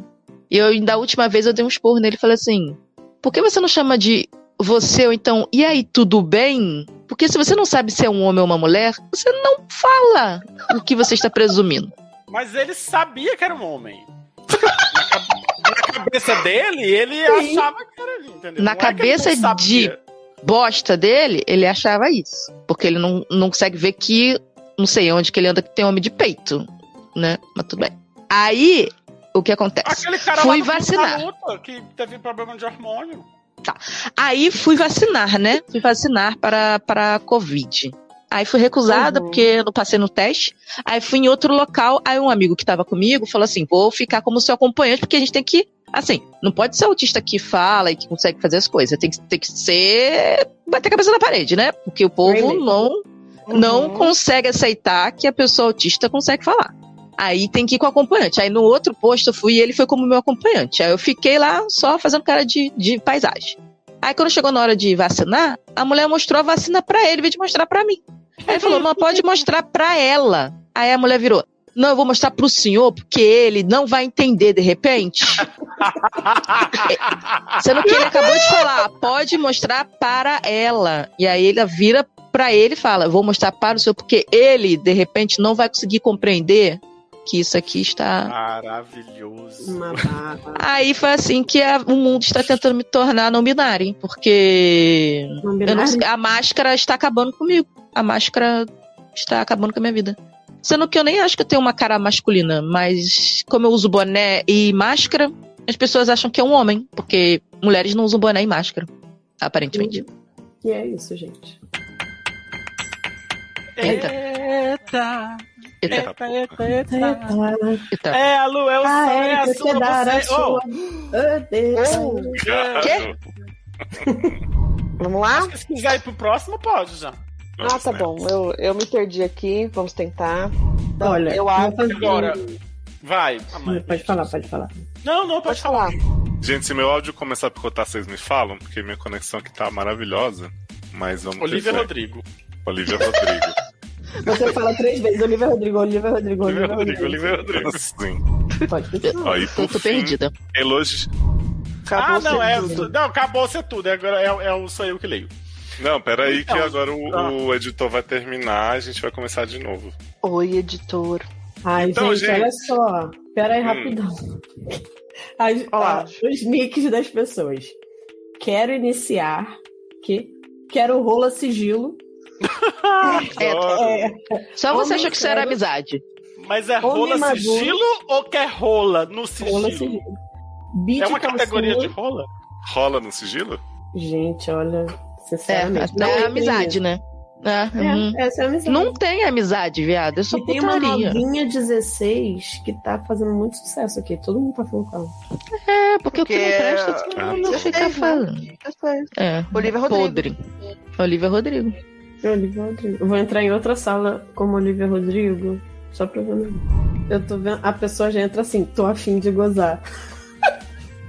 Speaker 4: E eu, da última vez, eu dei um esporro nele e falei assim: por que você não chama de você ou então, e aí, tudo bem? Porque se você não sabe se é um homem ou uma mulher, você não fala o que você está presumindo.
Speaker 5: Mas ele sabia que era um homem. Na, ca- na cabeça dele, ele achava que era ele,
Speaker 4: Na
Speaker 5: entendeu? Não é que ele não
Speaker 4: cabeça de-
Speaker 5: sabia.
Speaker 4: bosta dele, ele achava isso. Porque ele não, não consegue ver que, não sei onde que ele anda, que tem homem de peito, né? Mas tudo bem. Aí, o que acontece?
Speaker 5: Aquele cara
Speaker 4: Fui
Speaker 5: lá no Clube
Speaker 4: vacinar.
Speaker 5: da Luta, que teve problema de hormônio.
Speaker 4: Aí fui vacinar, né? Fui vacinar para, para a Covid. Aí fui recusada, porque eu não passei no teste. Aí fui em outro local, aí um amigo que tava comigo falou assim: vou ficar como seu acompanhante, porque a gente tem que. Assim, não pode ser autista que fala e que consegue fazer as coisas. Tem que, tem que ser. bater a cabeça na parede, né? Porque o povo
Speaker 2: Really?
Speaker 4: não não consegue aceitar que a pessoa autista consegue falar. Aí tem que ir com o acompanhante. Aí no outro posto eu fui e ele foi como meu acompanhante. Aí eu fiquei lá só fazendo cara de, de paisagem. Aí quando chegou na hora de vacinar, a mulher mostrou a vacina pra ele, em vez de mostrar pra mim. Aí ele falou, mas pode mostrar pra ela. Aí a mulher virou, não, eu vou mostrar pro senhor, porque ele não vai entender de repente. Sendo que ele acabou de falar, pode mostrar para ela. E aí ele vira pra ele e fala, vou mostrar para o senhor, porque ele, de repente, não vai conseguir compreender que isso aqui está...
Speaker 5: Maravilhoso.
Speaker 2: Uma barra.
Speaker 4: Aí foi assim que a- o mundo está tentando me tornar não binário, porque
Speaker 2: Uma
Speaker 4: eu não-
Speaker 2: binária.
Speaker 4: a máscara está acabando comigo. A máscara está acabando com a minha vida. Sendo que eu nem acho que eu tenho uma cara masculina, mas como eu uso boné e máscara, as pessoas acham que é um homem, porque mulheres não usam boné e máscara, aparentemente.
Speaker 2: E é isso, gente.
Speaker 4: Eita.
Speaker 5: Eita. Eita, eita, eita, eita.
Speaker 4: Então,
Speaker 5: É a
Speaker 2: Ah,
Speaker 5: lua, é o sol, é a sua, você...
Speaker 2: sua.
Speaker 5: Oh.
Speaker 2: Oh.
Speaker 5: Quê?
Speaker 3: Vamos lá?
Speaker 5: Acho que se quiser ir pro próximo, pode já.
Speaker 3: Ah, tá bom. Eu, eu me perdi aqui. Vamos tentar. Então,
Speaker 2: Olha,
Speaker 3: eu acho
Speaker 5: Agora. Vai.
Speaker 2: Hum, Pode falar, pode falar.
Speaker 5: Não, não, pode falar.
Speaker 1: Gente, se meu áudio começar a picotar, vocês me falam, porque minha conexão aqui tá maravilhosa. Mas vamos
Speaker 5: Olivia
Speaker 1: ver.
Speaker 5: Rodrigo.
Speaker 1: Olivia Rodrigo.
Speaker 2: Você fala três vezes, Oliver Rodrigo, Oliver Rodrigo,
Speaker 1: Olivia
Speaker 2: Oliver
Speaker 1: Rodrigo,
Speaker 2: Rodrigo.
Speaker 1: Olivia Rodrigo. Sim.
Speaker 2: Pode
Speaker 1: Ó, e por fim,
Speaker 4: tô perdida.
Speaker 1: Elogi...
Speaker 5: ah, não, é. Não, acabou ser tudo. Agora é, é, o- sou eu que leio.
Speaker 1: Não, peraí que
Speaker 5: Não.
Speaker 1: agora o,
Speaker 5: Ah.
Speaker 1: o editor vai terminar, a gente vai começar de novo.
Speaker 3: Oi, editor.
Speaker 2: Ai,
Speaker 1: Então,
Speaker 2: gente,
Speaker 1: gente.
Speaker 2: olha só. Pera aí,
Speaker 1: Hum.
Speaker 2: rapidão. As-
Speaker 3: Olá.
Speaker 2: ó, os nicks das pessoas. Quero iniciar. Que? Quero rola sigilo. É,
Speaker 4: Só você
Speaker 2: Homem
Speaker 4: achou que isso era
Speaker 2: quero-
Speaker 4: amizade.
Speaker 5: Mas é
Speaker 2: Homem
Speaker 5: rola
Speaker 2: maduro.
Speaker 5: sigilo ou quer rola no sigilo?
Speaker 2: rola sigilo. Beat
Speaker 5: É uma
Speaker 2: calcinha.
Speaker 5: categoria de rola?
Speaker 1: Rola no sigilo?
Speaker 2: Gente, olha.
Speaker 4: É,
Speaker 2: Sinceramente.
Speaker 4: até é
Speaker 2: entrei
Speaker 4: amizade,
Speaker 2: nisso.
Speaker 4: né? É, uhum.
Speaker 2: É, essa é a amizade.
Speaker 4: Não tem amizade, viado. Eu sou
Speaker 2: E tem uma
Speaker 4: putaria.
Speaker 2: novinha 16 que tá fazendo muito sucesso aqui. Todo mundo tá falando com ela.
Speaker 4: É, porque o que não
Speaker 3: Porque-
Speaker 4: presta, todo
Speaker 1: É.
Speaker 4: mundo
Speaker 3: eu sei,
Speaker 4: fica
Speaker 3: né?
Speaker 4: falando.
Speaker 3: Eu sei.
Speaker 4: É.
Speaker 3: Olivia Rodrigo.
Speaker 4: Podre. Olivia Rodrigo.
Speaker 2: Olivia Rodrigo. Eu vou entrar em outra sala como Olivia Rodrigo, só pra ver. o nome. Eu tô vendo. A pessoa já entra assim, tô afim de gozar.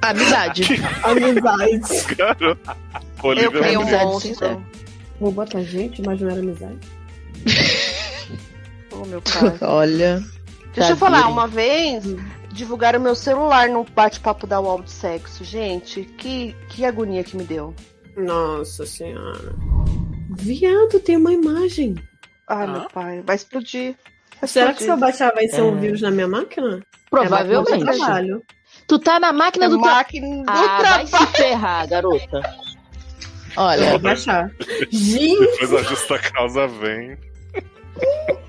Speaker 4: Amizade.
Speaker 2: Amizade.
Speaker 1: Garoto. Olivia
Speaker 3: Eu criei um
Speaker 1: Rodrigo.
Speaker 4: Amizade
Speaker 3: monstro.
Speaker 4: sincera.
Speaker 2: vou botar gente, mas não era amizade.
Speaker 3: Oh, meu pai.
Speaker 4: Olha.
Speaker 3: Deixa eu
Speaker 4: Tá
Speaker 3: falar,
Speaker 4: duro.
Speaker 3: uma vez divulgaram meu celular no bate-papo da UOL de sexo. Gente, que, que agonia que me deu.
Speaker 2: Nossa senhora. Viado, tem uma imagem.
Speaker 3: Ai,
Speaker 5: Ah.
Speaker 3: meu pai, vai explodir. Vai
Speaker 2: Será que se eu
Speaker 3: explodir.
Speaker 2: baixar vai ser um
Speaker 4: É.
Speaker 2: vírus na minha máquina? É máquina de
Speaker 4: Provavelmente.
Speaker 2: trabalho.
Speaker 4: Tu tá na máquina do trabalho.
Speaker 3: máquina do
Speaker 13: Ah, vai
Speaker 3: trabalho.
Speaker 13: se ferrar, garota.
Speaker 2: Eu
Speaker 4: Olha.
Speaker 2: Vou baixar. Gente,
Speaker 1: Depois a justa causa vem.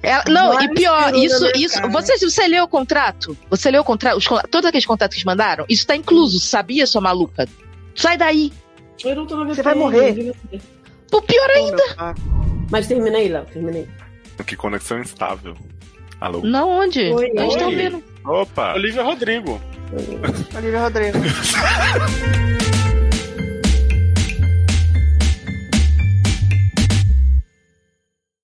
Speaker 4: ela- É, não, e
Speaker 2: Vários
Speaker 4: pior,
Speaker 2: pelos
Speaker 4: isso,
Speaker 2: na minha
Speaker 4: isso.
Speaker 2: cara.
Speaker 4: Você, você leu o contrato? Você leu o contrato? Os con- todos aqueles contratos que te mandaram? Isso tá incluso, sabia, sua maluca? Sai daí.
Speaker 2: eu não tô na
Speaker 3: Você vai
Speaker 2: VPN,
Speaker 3: morrer.
Speaker 2: eu digo assim.
Speaker 4: Pô, pior é ainda.
Speaker 2: Mas terminei, Léo, terminei.
Speaker 1: Que conexão instável. Alô?
Speaker 4: Não, onde?
Speaker 2: Oi,
Speaker 4: Nós
Speaker 5: oi.
Speaker 4: estamos vendo.
Speaker 1: Opa!
Speaker 5: Olivia Rodrigo.
Speaker 3: Olivia Rodrigo.